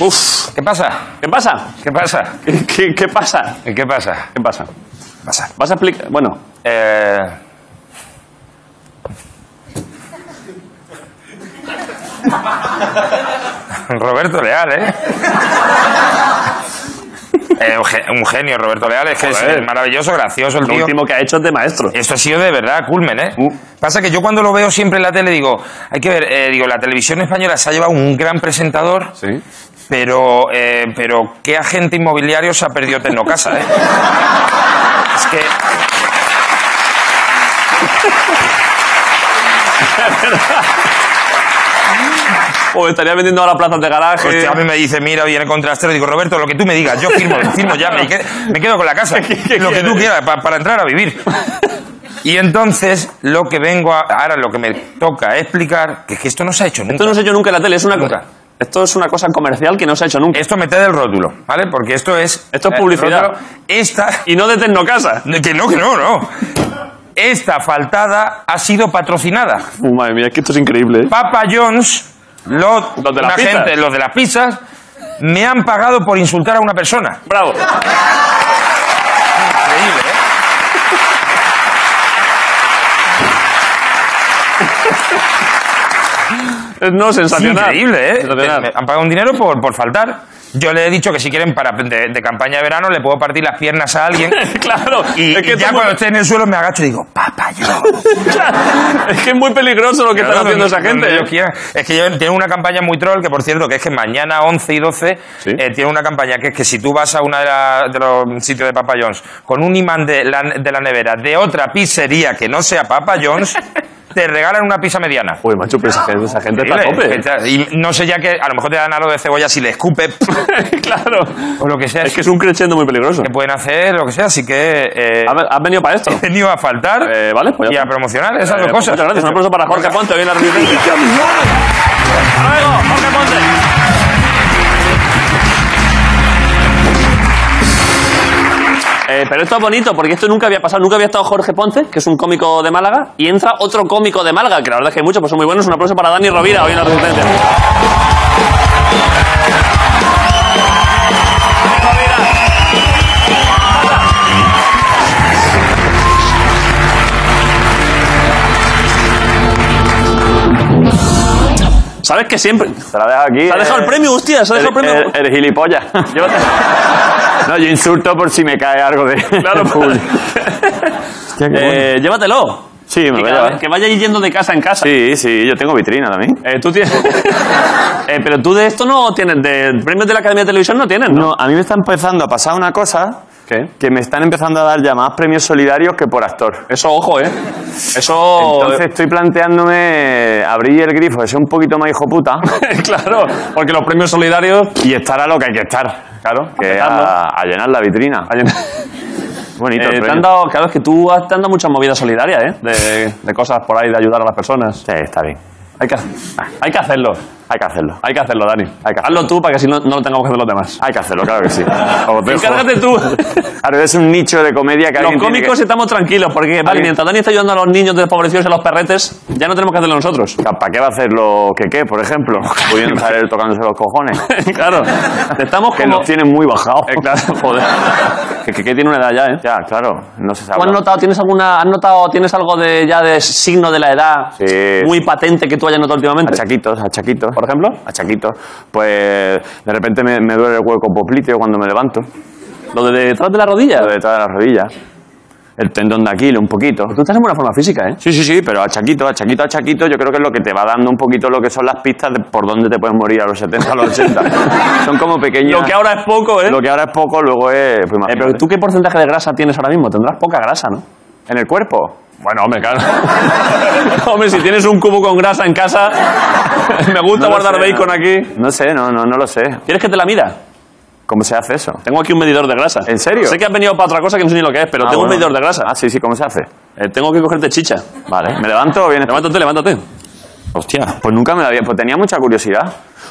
[SPEAKER 1] Uf,
[SPEAKER 7] ¿Qué pasa?
[SPEAKER 1] ¿qué pasa?
[SPEAKER 7] ¿Qué pasa?
[SPEAKER 1] ¿Qué, qué- qué pasa?
[SPEAKER 7] ¿Qué pasa?
[SPEAKER 1] ¿Qué pasa?
[SPEAKER 7] Pasa.
[SPEAKER 1] Vas a explicar. Bueno,
[SPEAKER 7] Eh...
[SPEAKER 20] Roberto Leal, ¿eh? Eh, un ge- un genio, Roberto Leal, es que es
[SPEAKER 1] Joder.
[SPEAKER 20] eh, maravilloso, gracioso el
[SPEAKER 1] Lo
[SPEAKER 20] tío. Eh,
[SPEAKER 1] último que ha hecho es de maestro.
[SPEAKER 20] Esto ha sido de verdad culmen, ¿eh? Pasa que yo cuando lo veo siempre en la tele digo, hay que ver, eh, digo, la televisión española se ha llevado un gran presentador, pero, eh, pero ¿qué agente inmobiliario se ha perdido
[SPEAKER 1] <laughs>
[SPEAKER 20] Tecnocasa, eh? es que...
[SPEAKER 1] O estaría vendiendo ahora plazas de garaje.
[SPEAKER 20] Hostia, a mí me dice, mira, viene con trastero. Digo, Roberto, lo que tú me digas, yo firmo, firmo ya, me, qued- me quedo con
[SPEAKER 1] <laughs>
[SPEAKER 20] la casa. lo que tú quieras, pa- para entrar a vivir. Y entonces, lo que vengo a- ahora, lo que me toca explicar, que es que esto no se ha hecho nunca.
[SPEAKER 1] Esto no se ha hecho nunca en la tele, es una cosa. Esto es una cosa comercial que no se ha hecho nunca.
[SPEAKER 20] Esto meted el rótulo, ¿vale? Porque esto es.
[SPEAKER 1] Esto es
[SPEAKER 20] eh,
[SPEAKER 1] publicidad.
[SPEAKER 20] rótulo. Esta.
[SPEAKER 1] Y no de Tecnocasa.
[SPEAKER 20] Que no, que no, no. Esta faltada ha sido patrocinada.
[SPEAKER 1] Uh, madre mía, es que esto es increíble. ¿eh?
[SPEAKER 20] Papa John's, los,
[SPEAKER 1] Los de las
[SPEAKER 20] la
[SPEAKER 1] pizzas.
[SPEAKER 20] gente, los de las pizzas, me han pagado por insultar a una persona.
[SPEAKER 1] Bravo.
[SPEAKER 20] Increíble, ¿eh?
[SPEAKER 1] No, sensacional.
[SPEAKER 20] Es increíble, ¿eh?
[SPEAKER 1] Sensacional.
[SPEAKER 20] Me han pagado un dinero por, por faltar. Yo le he dicho que si quieren para de, de campaña de verano le puedo partir las piernas
[SPEAKER 1] <laughs>
[SPEAKER 20] a alguien.
[SPEAKER 1] Claro,
[SPEAKER 20] Y,
[SPEAKER 1] es que
[SPEAKER 20] y ya
[SPEAKER 1] tú-
[SPEAKER 20] cuando esté en el suelo me agacho y digo, papá, yo.
[SPEAKER 1] <laughs> es que es muy peligroso lo que están haciendo esa gente. ¿eh?
[SPEAKER 20] Ellos quieran. Es que yo tienen una campaña muy troll, que por cierto, que es que mañana 11 y 12 eh, tienen una campaña que es que si tú vas a uno de, la- de los sitios de Papa John's con un imán de la, de la nevera de otra pizzería que no sea Papa
[SPEAKER 1] <laughs>
[SPEAKER 20] John's, te regalan una pizza mediana.
[SPEAKER 1] Uy, macho, pero esa gente, esa gente está a tope.
[SPEAKER 20] Increíble. Y no sé ya que a lo mejor te dan algo de cebolla si le escupe
[SPEAKER 1] <laughs> claro.
[SPEAKER 20] o lo que sea.
[SPEAKER 1] Es que es un crescendo muy peligroso.
[SPEAKER 20] que pueden hacer lo que sea, así que... eh,
[SPEAKER 1] ¿Has venido para esto?
[SPEAKER 20] he venido a faltar
[SPEAKER 1] Ah, Eh, vale, pues
[SPEAKER 20] y
[SPEAKER 1] ya
[SPEAKER 20] a
[SPEAKER 1] está.
[SPEAKER 20] promocionar esas
[SPEAKER 1] Eh,
[SPEAKER 20] dos
[SPEAKER 1] pues
[SPEAKER 20] cosas.
[SPEAKER 1] Muchas gracias. Un aplauso para Jorge Ponte. Hoy en la reunión. Hasta luego, Jorge Ponte. Eh, pero esto es bonito porque esto nunca había pasado. Nunca había estado Jorge Ponce, que es un cómico de Málaga, y entra otro cómico de Málaga, que la verdad es que hay muchos, pues son muy buenos. Un aplauso para Dani Rovira hoy en la Resistencia. ¿Sabes que siempre.
[SPEAKER 23] Te la dejas aquí.
[SPEAKER 1] Se ha dejado el premio, hostia, se ha dejado eh, el premio.
[SPEAKER 23] eh, El, el gilipollas. no, yo insulto por si me cae algo de. <laughs> Claro,
[SPEAKER 1] <laughs> Eh, llévatelo.
[SPEAKER 23] Sí, me voy
[SPEAKER 1] Que
[SPEAKER 23] a
[SPEAKER 1] cada
[SPEAKER 23] llevar.
[SPEAKER 1] vez- Que vaya yendo de casa en casa.
[SPEAKER 23] Sí, sí, yo tengo vitrina también.
[SPEAKER 1] Eh, tú
[SPEAKER 23] <laughs>
[SPEAKER 1] tienes. Eh, pero tú de esto no tienes. De premios de la Academia de Televisión no tienes, ¿no?
[SPEAKER 23] No, a mí me está empezando a pasar una cosa. Que me están empezando a dar ya más premios solidarios que por actor.
[SPEAKER 1] Eso, ojo, ¿eh? Eso.
[SPEAKER 23] Entonces estoy planteándome abrir el grifo, de ser un poquito más hijo puta.
[SPEAKER 1] <laughs> claro, porque los premios solidarios.
[SPEAKER 23] Y estar a lo que hay que estar. Claro, que a, a llenar la vitrina. Bonito.
[SPEAKER 1] Eh,
[SPEAKER 23] el
[SPEAKER 1] te
[SPEAKER 23] premio.
[SPEAKER 1] han dado, claro, es que tú has, te han dado muchas movidas solidarias, ¿eh? De, de cosas por ahí, de ayudar a las personas. Sí,
[SPEAKER 23] está bien.
[SPEAKER 1] Hay que, hay que hacerlo.
[SPEAKER 23] Hay que hacerlo.
[SPEAKER 1] Hay que hacerlo, Dani. Hazlo tú para que si no, no lo tengamos que hacer los demás.
[SPEAKER 23] Hay que hacerlo, claro que
[SPEAKER 1] <laughs>
[SPEAKER 23] sí. Os dejo.
[SPEAKER 1] Encárgate tú.
[SPEAKER 23] <laughs> Claro, es un nicho de comedia que alguien
[SPEAKER 1] Los
[SPEAKER 23] tiene
[SPEAKER 1] cómicos
[SPEAKER 23] que-
[SPEAKER 1] estamos tranquilos porque, vale,
[SPEAKER 23] Alguien-
[SPEAKER 1] mientras Dani está ayudando a los niños desfavorecidos y a los perretes, ya no tenemos que hacerlo nosotros.
[SPEAKER 23] ¿Para qué va a hacer lo que qué, por
[SPEAKER 1] <laughs>
[SPEAKER 23] ejemplo? Pudiendo estar él tocándose los cojones.
[SPEAKER 1] claro. Estamos
[SPEAKER 23] que
[SPEAKER 1] como- Eh,
[SPEAKER 23] los tienen muy bajados. <laughs>
[SPEAKER 1] claro, joder.
[SPEAKER 23] Que, que- que tiene una edad ya, ¿eh? Ya, claro. No se sabe.
[SPEAKER 1] ¿Tú has notado, tienes alguna, has notado, tienes algo de ya de signo de la edad
[SPEAKER 23] Sí.
[SPEAKER 1] muy patente que tú hayas notado últimamente?
[SPEAKER 23] Achaquitos, achaquitos. ¿Por ejemplo? Achaquitos. Pues de repente me, me duele el hueco popliteo cuando me levanto.
[SPEAKER 1] ¿Lo de detrás de la rodilla?
[SPEAKER 23] Lo de detrás de las rodillas. El tendón de Aquiles, un poquito.
[SPEAKER 1] Tú estás en buena forma física, ¿eh?
[SPEAKER 23] Sí, sí, sí, pero achaquito, achaquito, achaquito, yo creo que es lo que te va dando un poquito lo que son las pistas de por dónde te puedes morir a los 70, a los
[SPEAKER 1] <laughs>
[SPEAKER 23] 80. Son como pequeños.
[SPEAKER 1] Lo que ahora es poco, ¿eh?
[SPEAKER 23] Lo que ahora es poco, luego es. pues,
[SPEAKER 1] Eh,
[SPEAKER 23] imagínate.
[SPEAKER 1] pero tú qué porcentaje de grasa tienes ahora mismo? Tendrás poca grasa, ¿no?
[SPEAKER 23] ¿En el cuerpo?
[SPEAKER 1] Bueno,
[SPEAKER 23] <laughs>
[SPEAKER 1] hombre, claro. hombre, si tienes un cubo con grasa en casa, <laughs> me gusta
[SPEAKER 23] No lo
[SPEAKER 1] guardar
[SPEAKER 23] sé,
[SPEAKER 1] bacon
[SPEAKER 23] no.
[SPEAKER 1] aquí.
[SPEAKER 23] No sé, no, no, no lo sé.
[SPEAKER 1] ¿Quieres que te la mida?
[SPEAKER 23] ¿Cómo se hace eso?
[SPEAKER 1] Tengo aquí un medidor de grasa.
[SPEAKER 23] ¿En serio?
[SPEAKER 1] Sé que has venido para otra cosa que no sé ni lo que es, pero
[SPEAKER 23] Ah,
[SPEAKER 1] tengo un
[SPEAKER 23] bueno.
[SPEAKER 1] medidor de grasa.
[SPEAKER 23] Ah, sí, sí, ¿cómo se hace?
[SPEAKER 1] Eh, tengo que cogerte chicha. <laughs>
[SPEAKER 23] Vale. ¿Me levanto o vienes?
[SPEAKER 1] Levántate, levántate.
[SPEAKER 23] Hostia. Pues nunca me la había. Pues tenía mucha curiosidad.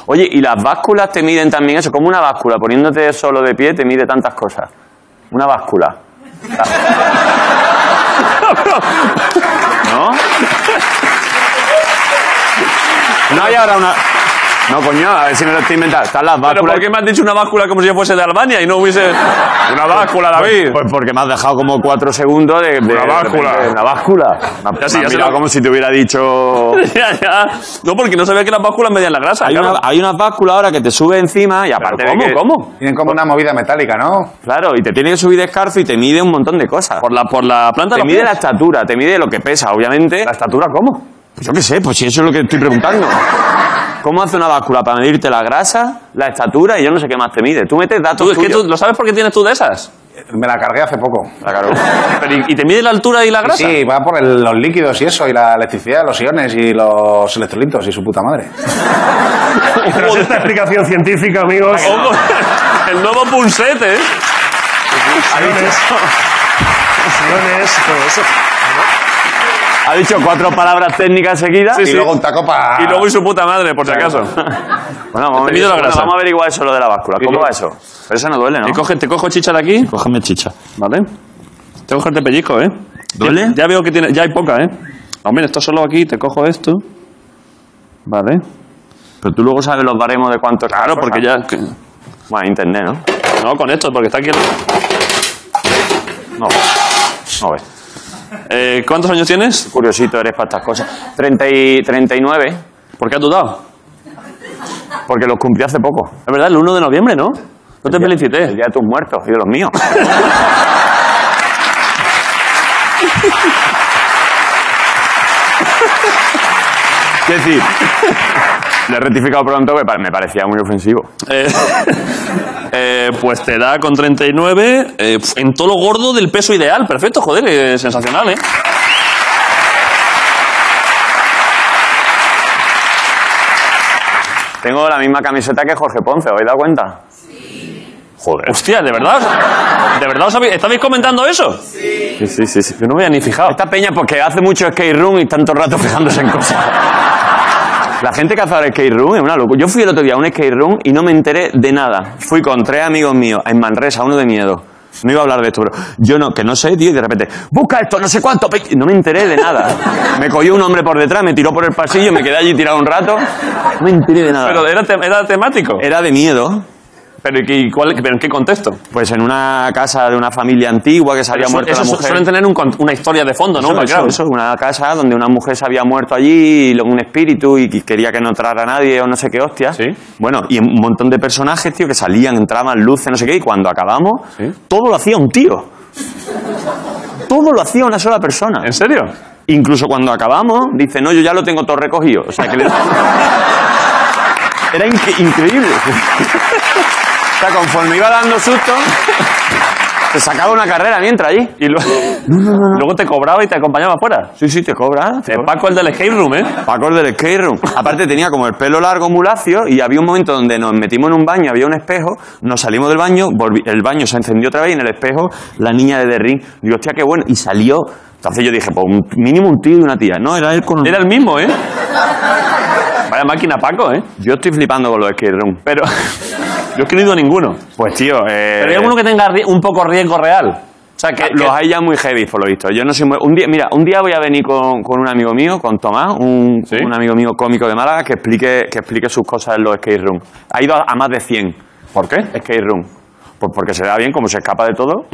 [SPEAKER 23] Oye, ¿y las básculas te miden también eso? ¿Cómo una báscula, poniéndote solo de pie, te mide tantas cosas? Una báscula. ¿No? No hay ahora una.
[SPEAKER 1] No, coño, a ver si me lo estoy inventando. Están las
[SPEAKER 20] Pero
[SPEAKER 1] básculas.
[SPEAKER 20] ¿por qué me has dicho una báscula como si yo fuese de Albania y no hubiese una báscula, David?
[SPEAKER 1] Pues, pues porque me has dejado como cuatro segundos de. de-
[SPEAKER 20] Una báscula.
[SPEAKER 1] de repente, Una báscula. Me has-
[SPEAKER 20] Ya sí,
[SPEAKER 1] me
[SPEAKER 20] ya
[SPEAKER 1] has
[SPEAKER 20] se
[SPEAKER 1] mirado
[SPEAKER 20] lo-
[SPEAKER 1] como si te hubiera dicho.
[SPEAKER 20] <laughs> Ya, ya. No, porque no sabía que las básculas medían la grasa.
[SPEAKER 1] Hay,
[SPEAKER 20] claro.
[SPEAKER 1] una- hay unas básculas ahora que te sube encima y aparte
[SPEAKER 20] ¿cómo,
[SPEAKER 1] de que-
[SPEAKER 20] cómo?
[SPEAKER 9] Tienen como una movida metálica, ¿no?
[SPEAKER 1] Claro, y te tiene que subir escarzo y te mide un montón de cosas. Por la, por la planta. Te
[SPEAKER 20] de los
[SPEAKER 1] mide
[SPEAKER 20] pies.
[SPEAKER 1] la estatura, te mide lo que pesa, obviamente. ¿La estatura cómo? Pues yo qué sé, pues si eso es lo que estoy preguntando. ¿Cómo hace una báscula para medirte la grasa, la estatura y yo no sé qué más te mide? Tú metes datos.
[SPEAKER 20] Tú, es que
[SPEAKER 1] tuyos. Ah,
[SPEAKER 20] tú, ¿Lo sabes por qué tienes tú de esas?
[SPEAKER 9] Me la cargué hace poco.
[SPEAKER 1] La cargó.
[SPEAKER 20] Pero, ¿y, y te mide la altura y la grasa?
[SPEAKER 9] Sí, va por el- los líquidos y eso, y la electricidad, los iones y los electrolitos y su puta madre.
[SPEAKER 3] Tras esta explicación científica, amigos.
[SPEAKER 20] <laughs>
[SPEAKER 1] Oh,
[SPEAKER 20] Ojo, el nuevo punsete, ¿eh?
[SPEAKER 3] Iones. Iones, todo eso.
[SPEAKER 1] Ha dicho cuatro palabras técnicas seguidas.
[SPEAKER 20] Sí, sí.
[SPEAKER 9] copa.
[SPEAKER 20] Y luego y su puta madre, por si acaso. <laughs>
[SPEAKER 1] Bueno, vamos, a
[SPEAKER 20] Te mido
[SPEAKER 1] averiguar-
[SPEAKER 20] la
[SPEAKER 1] bueno,
[SPEAKER 20] grasa.
[SPEAKER 1] vamos a averiguar eso lo de la báscula. ¿Cómo va eso? Pero eso no duele, ¿no?
[SPEAKER 20] Te, coge- te cojo chicha de aquí.
[SPEAKER 1] Cógeme chicha.
[SPEAKER 20] Vale. Te cojo este pellizco, ¿eh?
[SPEAKER 1] ¿Duele?
[SPEAKER 20] Ya, ya veo que tiene, ya hay poca, ¿eh? Hombre, esto solo aquí, te cojo esto. Vale.
[SPEAKER 1] Pero tú luego sabes los baremos de cuánto.
[SPEAKER 20] Claro, porque ya...
[SPEAKER 1] Bueno, internet, ¿no?
[SPEAKER 20] No, con esto, porque está aquí el...
[SPEAKER 1] No. No ves.
[SPEAKER 20] Eh, ¿Cuántos años tienes?
[SPEAKER 1] Curiosito eres para estas cosas. 30 y 39.
[SPEAKER 20] ¿Por qué has dudado?
[SPEAKER 1] Porque los cumplí hace poco.
[SPEAKER 20] Es verdad, el 1 de noviembre, ¿no? No te felicité.
[SPEAKER 1] El día de tus muertos y de los
[SPEAKER 20] <laughs>
[SPEAKER 1] míos. Quiero decir, le he rectificado pronto que pa- me parecía muy ofensivo.
[SPEAKER 20] Eh, <laughs> eh, pues te da con 39 eh, pf, en todo lo gordo del peso ideal. Perfecto, joder, eh, sensacional, ¿eh?
[SPEAKER 1] Tengo la misma camiseta que Jorge Ponce, ¿os habéis dado cuenta? Joder.
[SPEAKER 20] Hostia, ¿de verdad? os- ¿De verdad os habéis- estabais comentando eso?
[SPEAKER 1] Sí, sí, sí, sí. Yo no me había ni fijado. Esta peña porque hace mucho skate room y tanto rato fijándose en cosas. La gente que hace ahora skate room es una locura. Yo fui el otro día a un skate room y no me enteré de nada. Fui con tres amigos míos en Manresa, uno de miedo. No iba a hablar de esto, pero yo no, que no sé, tío, y de repente, busca esto, no sé cuánto. pe-". Y No me enteré de nada. Me cogió un hombre por detrás, me tiró por el pasillo, me quedé allí tirado un rato. No me enteré de nada.
[SPEAKER 20] Pero era, te- era temático.
[SPEAKER 1] Era de miedo.
[SPEAKER 20] ¿Pero, ¿y qué- cuál- pero en qué contexto?
[SPEAKER 1] Pues en una casa de una familia antigua que se había
[SPEAKER 20] Eso-
[SPEAKER 1] muerto
[SPEAKER 20] eso
[SPEAKER 1] la
[SPEAKER 20] su-
[SPEAKER 1] mujer.
[SPEAKER 20] Suelen tener un con- una historia de fondo, ¿no?
[SPEAKER 1] Eso,
[SPEAKER 20] Más
[SPEAKER 1] eso,
[SPEAKER 20] grave.
[SPEAKER 1] eso, una casa donde una mujer se había muerto allí, y lo- un espíritu, y que quería que no entrara nadie o no sé qué hostia. Bueno, y un montón de personajes, tío, que salían, entraban, luces, no sé qué, y cuando acabamos, todo lo hacía un tío. Todo lo hacía una sola persona.
[SPEAKER 20] ¿En serio?
[SPEAKER 1] Incluso cuando acabamos, dice, no, yo ya lo tengo todo recogido. O sea, que le- <laughs> Era inque- increíble. <laughs> O sea, conforme iba dando susto, se sacaba una carrera mientras allí.
[SPEAKER 20] Y luego, <laughs> luego te cobraba y te acompañaba afuera.
[SPEAKER 1] Sí, sí, te cobra.
[SPEAKER 20] Eh, Paco el del escape room, ¿eh?
[SPEAKER 1] Paco el del skate room. Aparte tenía como el pelo largo, muy lacio, y había un momento donde nos metimos en un baño, había un espejo, nos salimos del baño, volvi- el baño se encendió otra vez y en el espejo la niña de The Ring. Digo, hostia, qué bueno. Y salió. Entonces yo dije, pues un- mínimo un tío y una tía. No, era él con...
[SPEAKER 20] Era el mismo, ¿eh? Vaya máquina Paco, ¿eh?
[SPEAKER 1] Yo estoy flipando con los skate room. <laughs>
[SPEAKER 20] Pero yo es que no he ido a ninguno.
[SPEAKER 1] Pues tío, eh...
[SPEAKER 20] Pero hay alguno que tenga ri- un poco riesgo real. O sea, Ah, que...
[SPEAKER 1] los
[SPEAKER 20] que-
[SPEAKER 1] hay ya muy heavy, por lo visto. Yo no soy muy- un día, mira, un día voy a venir con, con un amigo mío, con Tomás, un, un amigo mío cómico de Málaga, que explique, que explique sus cosas en los skate room. Ha ido a, a más de 100. ¿Por qué? Skate room. Pues porque se da bien, como se escapa de todo.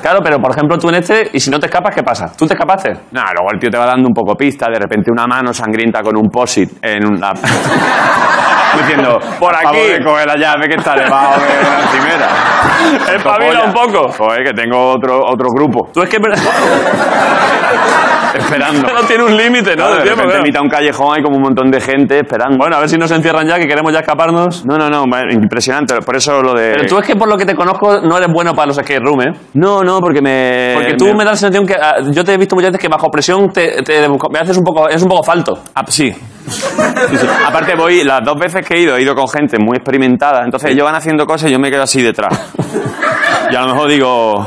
[SPEAKER 20] Claro, pero por ejemplo tú en este, y si no te escapas, ¿qué pasa? ¿Tú te escapaste?
[SPEAKER 1] Nada, luego el tío te va dando un poco pista, de repente una mano sangrienta con un posit en
[SPEAKER 20] <laughs>
[SPEAKER 1] una. diciendo, por aquí. coge la llave que está debajo de la encimera.
[SPEAKER 20] <laughs> Espabila un poco.
[SPEAKER 1] Joder, que tengo otro, otro grupo
[SPEAKER 20] Tú es que...
[SPEAKER 1] <laughs> esperando.
[SPEAKER 20] no tiene un límite, ¿no?
[SPEAKER 1] Claro, de
[SPEAKER 20] de
[SPEAKER 1] repente
[SPEAKER 20] tiempo,
[SPEAKER 1] en
[SPEAKER 20] claro.
[SPEAKER 1] mitad de un callejón hay como un montón de gente esperando.
[SPEAKER 20] Bueno, a ver si nos encierran ya, que queremos ya escaparnos.
[SPEAKER 1] No, no, no, ma- impresionante. Por eso lo de.
[SPEAKER 20] Pero tú es que por lo que te conozco no eres bueno para los escape room, ¿eh?
[SPEAKER 1] No, no, porque me.
[SPEAKER 20] Porque tú me da la sensación que... ah, Yo te he visto muchas veces que bajo presión te, te- me haces un poco... Es un poco falto.
[SPEAKER 1] Ah, sí. <laughs> Sí, sí. Aparte voy, las dos veces que he ido, he ido con gente muy experimentada. Entonces ellos van haciendo cosas y yo me quedo así detrás. Y a lo mejor digo,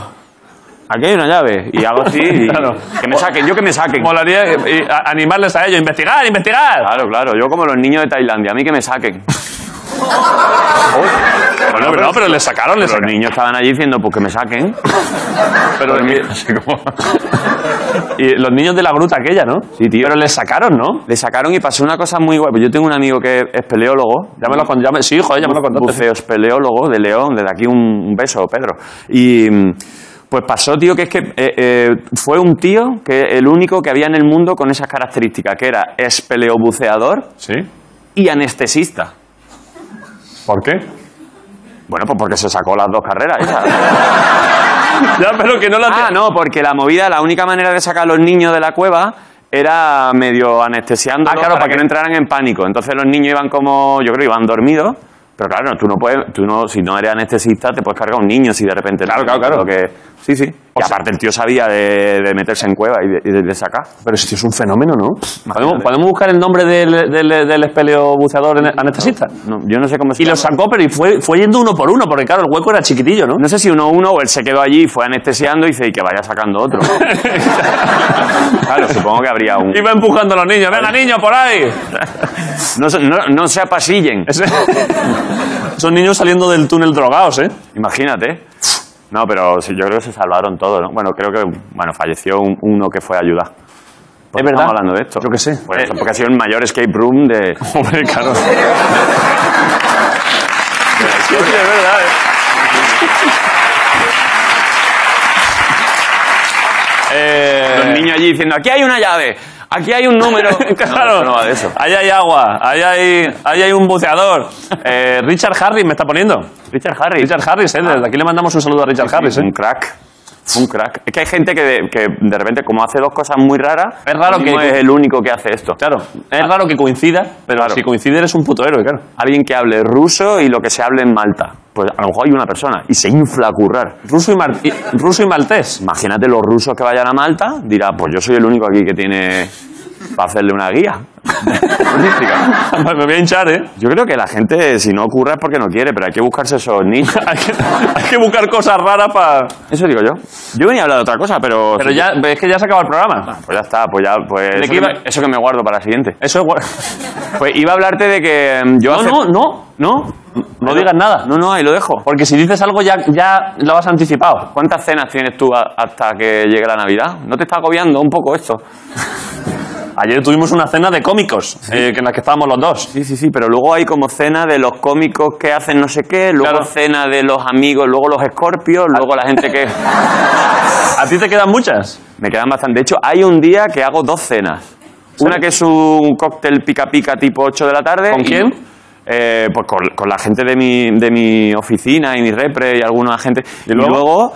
[SPEAKER 1] aquí hay una llave. Y hago así y
[SPEAKER 20] Claro.
[SPEAKER 1] que me saquen, yo que me saquen.
[SPEAKER 20] Molaría eh, eh, a- animarles a ellos. ¡Investigar, investigar! <laughs>
[SPEAKER 1] Claro, claro, yo como los niños de Tailandia, a mí que me saquen. Joder. Bueno, pero
[SPEAKER 20] no, pero le sacaron, le
[SPEAKER 1] Los
[SPEAKER 20] sacaron.
[SPEAKER 1] niños estaban allí diciendo, pues que me saquen.
[SPEAKER 20] Pero <laughs>
[SPEAKER 1] Así como- y los niños de la gruta aquella, ¿no? Sí, tío. Pero les sacaron, ¿no? Le sacaron y pasó una cosa muy guay. Pues yo tengo un amigo que es peleólogo. Llámelo con... llame- sí, joder, llámelo con... Buceos peleólogo de León. Desde aquí un un beso, Pedro. Y... mm, Pues pasó, tío, que es que eh, eh, fue un tío que el único que había en el mundo con esas características, que era es peleobuceador y anestesista.
[SPEAKER 20] ¿Por qué?
[SPEAKER 1] Bueno, pues porque se sacó las dos carreras. <laughs> ya, pero que no la Ah, no, porque la movida, la única manera de sacar a los niños de la cueva era medio anestesiando
[SPEAKER 20] Ah, claro,
[SPEAKER 1] para,
[SPEAKER 20] para
[SPEAKER 1] que
[SPEAKER 20] que-
[SPEAKER 1] no entraran en pánico. Entonces los niños iban como, yo creo, iban dormidos. Pero claro, no, tú no puedes, tú no, si no eres anestesista, te puedes cargar a un niño si de repente. Claro, claro, claro. Que, sí, sí. Y aparte el tío sabía de, de meterse en cueva y de, y de- de sacar. Pero ese tío es un fenómeno, ¿no?
[SPEAKER 20] ¿Podemos, podemos buscar el nombre del, del, del espeleobuceador en- anestesista?
[SPEAKER 1] No, yo no sé cómo
[SPEAKER 20] Y lo sacó, pero y fue, fue yendo uno por uno, porque claro, el hueco era chiquitillo, ¿no?
[SPEAKER 1] No sé si uno a uno o él se quedó allí y fue anestesiando y dice, y que vaya sacando
[SPEAKER 20] <laughs>
[SPEAKER 1] otro. claro, supongo que habría un...
[SPEAKER 20] Iba empujando a los niños. ¡Venga, niños, por ahí!
[SPEAKER 1] <laughs> No, se- no- no se
[SPEAKER 20] <laughs>
[SPEAKER 1] apasillen.
[SPEAKER 20] Son niños saliendo del túnel drogados, ¿eh?
[SPEAKER 1] Imagínate. No, pero sí, yo creo que se salvaron todos, ¿no? Bueno, creo que bueno, falleció un- uno que fue a ayudar. ¿Por
[SPEAKER 20] Es
[SPEAKER 1] qué
[SPEAKER 20] verdad.
[SPEAKER 1] Estamos hablando de esto. Yo qué sé. porque ha sido el mayor escape room de...
[SPEAKER 20] <laughs> Hombre, claro.
[SPEAKER 1] <laughs> Sí, es verdad, ¿eh?
[SPEAKER 20] <laughs> Eh.
[SPEAKER 1] Los niños allí diciendo, aquí hay una llave, aquí hay un
[SPEAKER 20] <laughs>
[SPEAKER 1] número.
[SPEAKER 20] claro.
[SPEAKER 1] No, no va de eso.
[SPEAKER 20] Ahí hay agua, ahí hay, ahí hay un buceador. Eh, Richard Harris me está poniendo.
[SPEAKER 1] Richard Harris.
[SPEAKER 20] Richard Harris, ¿eh? Desde aquí le mandamos un saludo a Richard Harris, ¿eh?
[SPEAKER 1] Un crack. Un crack. Es que hay gente que de, que de repente, como hace dos cosas muy raras,
[SPEAKER 20] Es raro
[SPEAKER 1] mismo
[SPEAKER 20] que-
[SPEAKER 1] es el único que hace esto.
[SPEAKER 20] Claro, es raro que coincida, pero
[SPEAKER 1] Claro.
[SPEAKER 20] si coincide eres un puto héroe, claro.
[SPEAKER 1] Alguien que hable ruso y lo que se hable en Malta. Pues a lo mejor hay una persona y se infla a currar.
[SPEAKER 20] Ruso y, mar- y- ruso y maltés.
[SPEAKER 1] Imagínate los rusos que vayan a Malta, dirá, pues yo soy el único aquí que tiene
[SPEAKER 20] <laughs>
[SPEAKER 1] para hacerle una guía. turística.
[SPEAKER 20] Me voy a hinchar, ¿eh?
[SPEAKER 1] Yo creo que la gente, si no ocurre es porque no quiere, pero hay que buscarse esos niños.
[SPEAKER 20] hay, que, <laughs> hay que buscar cosas raras para...
[SPEAKER 1] Eso digo yo. Yo venía a hablar de otra cosa, pero...
[SPEAKER 20] Pero ya, es que ya se acaba el programa.
[SPEAKER 1] Pues ya está, pues ya... Pues
[SPEAKER 20] ¿De
[SPEAKER 1] eso,
[SPEAKER 20] qué
[SPEAKER 1] que
[SPEAKER 20] iba-
[SPEAKER 1] me, eso que me guardo para la siguiente.
[SPEAKER 20] Eso es... guar-
[SPEAKER 1] <laughs> Pues iba a hablarte de que mm, yo
[SPEAKER 20] No,
[SPEAKER 1] hace-
[SPEAKER 20] no, no.
[SPEAKER 1] ¿No?
[SPEAKER 20] No digas nada.
[SPEAKER 1] No, no, ahí lo dejo.
[SPEAKER 20] Porque si dices algo ya, ya lo has anticipado.
[SPEAKER 1] ¿Cuántas cenas tienes tú a- hasta que llegue la Navidad? ¿No te está agobiando un poco esto?
[SPEAKER 20] Ayer tuvimos una cena de cómicos, eh, que en la que estábamos los dos.
[SPEAKER 1] Sí, sí, sí, pero luego hay como cena de los cómicos que hacen no sé qué, luego
[SPEAKER 20] Claro.
[SPEAKER 1] cena de los amigos, luego los escorpios, luego la gente que...
[SPEAKER 20] ¿A ti te quedan muchas?
[SPEAKER 1] Me quedan bastante. De hecho, hay un día que hago dos cenas. Una que es un cóctel pica pica tipo 8 de la tarde.
[SPEAKER 20] ¿Con
[SPEAKER 1] y-
[SPEAKER 20] quién?
[SPEAKER 1] Eh, pues con, con la gente de mi, de mi oficina y mi repre y alguna gente. Y luego,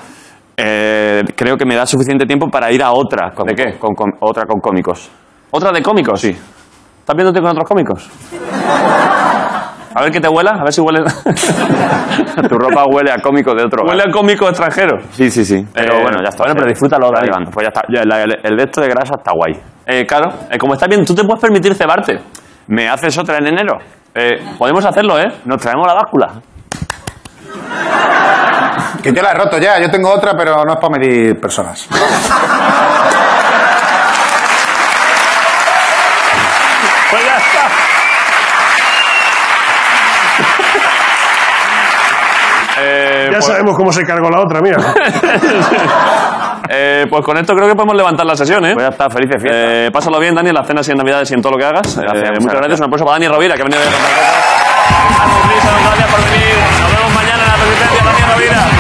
[SPEAKER 1] eh, creo que me da suficiente tiempo para ir a otra. Con,
[SPEAKER 20] ¿De qué?
[SPEAKER 1] con- con- otra con cómicos.
[SPEAKER 20] ¿Otra de cómicos? Sí. ¿Estás viéndote con otros cómicos? A ver qué te huela, a ver si <laughs> huele...
[SPEAKER 1] tu ropa huele a cómico de otro.
[SPEAKER 20] huele
[SPEAKER 1] hogar.
[SPEAKER 20] a cómico extranjero.
[SPEAKER 1] Sí, sí, sí. Pero
[SPEAKER 20] Eh,
[SPEAKER 1] bueno, ya está.
[SPEAKER 20] bueno, pero disfrútalo,
[SPEAKER 1] Está
[SPEAKER 20] Dani.
[SPEAKER 1] llevando. Pues ya está. Ya, la- el, el de esto de grasa está guay.
[SPEAKER 20] Eh, claro, eh, como estás bien, tú te puedes permitir cebarte.
[SPEAKER 1] ¿Me haces otra en enero?
[SPEAKER 20] Eh, podemos hacerlo, ¿eh?
[SPEAKER 1] Nos traemos la báscula.
[SPEAKER 9] Que yo la he roto ya, yo tengo otra, pero no es para medir personas.
[SPEAKER 20] Pues ya está. Eh,
[SPEAKER 3] Ya
[SPEAKER 20] pues,
[SPEAKER 3] sabemos cómo se cargó la otra, mira.
[SPEAKER 20] <laughs> eh, pues con esto creo que podemos levantar la sesión, ¿eh?
[SPEAKER 1] Pues ya está. Felices fiestas.
[SPEAKER 20] Eh, pásalo bien, Dani, en las cenas y en Navidades y en todo lo que hagas. Eh,
[SPEAKER 1] muchas
[SPEAKER 20] muchas gracias.
[SPEAKER 1] gracias.
[SPEAKER 20] Un aplauso para Dani Rovira, que ha venido de Gracias, Gracias por venir. Nos vemos mañana en la Resistencia, Dani Rovira.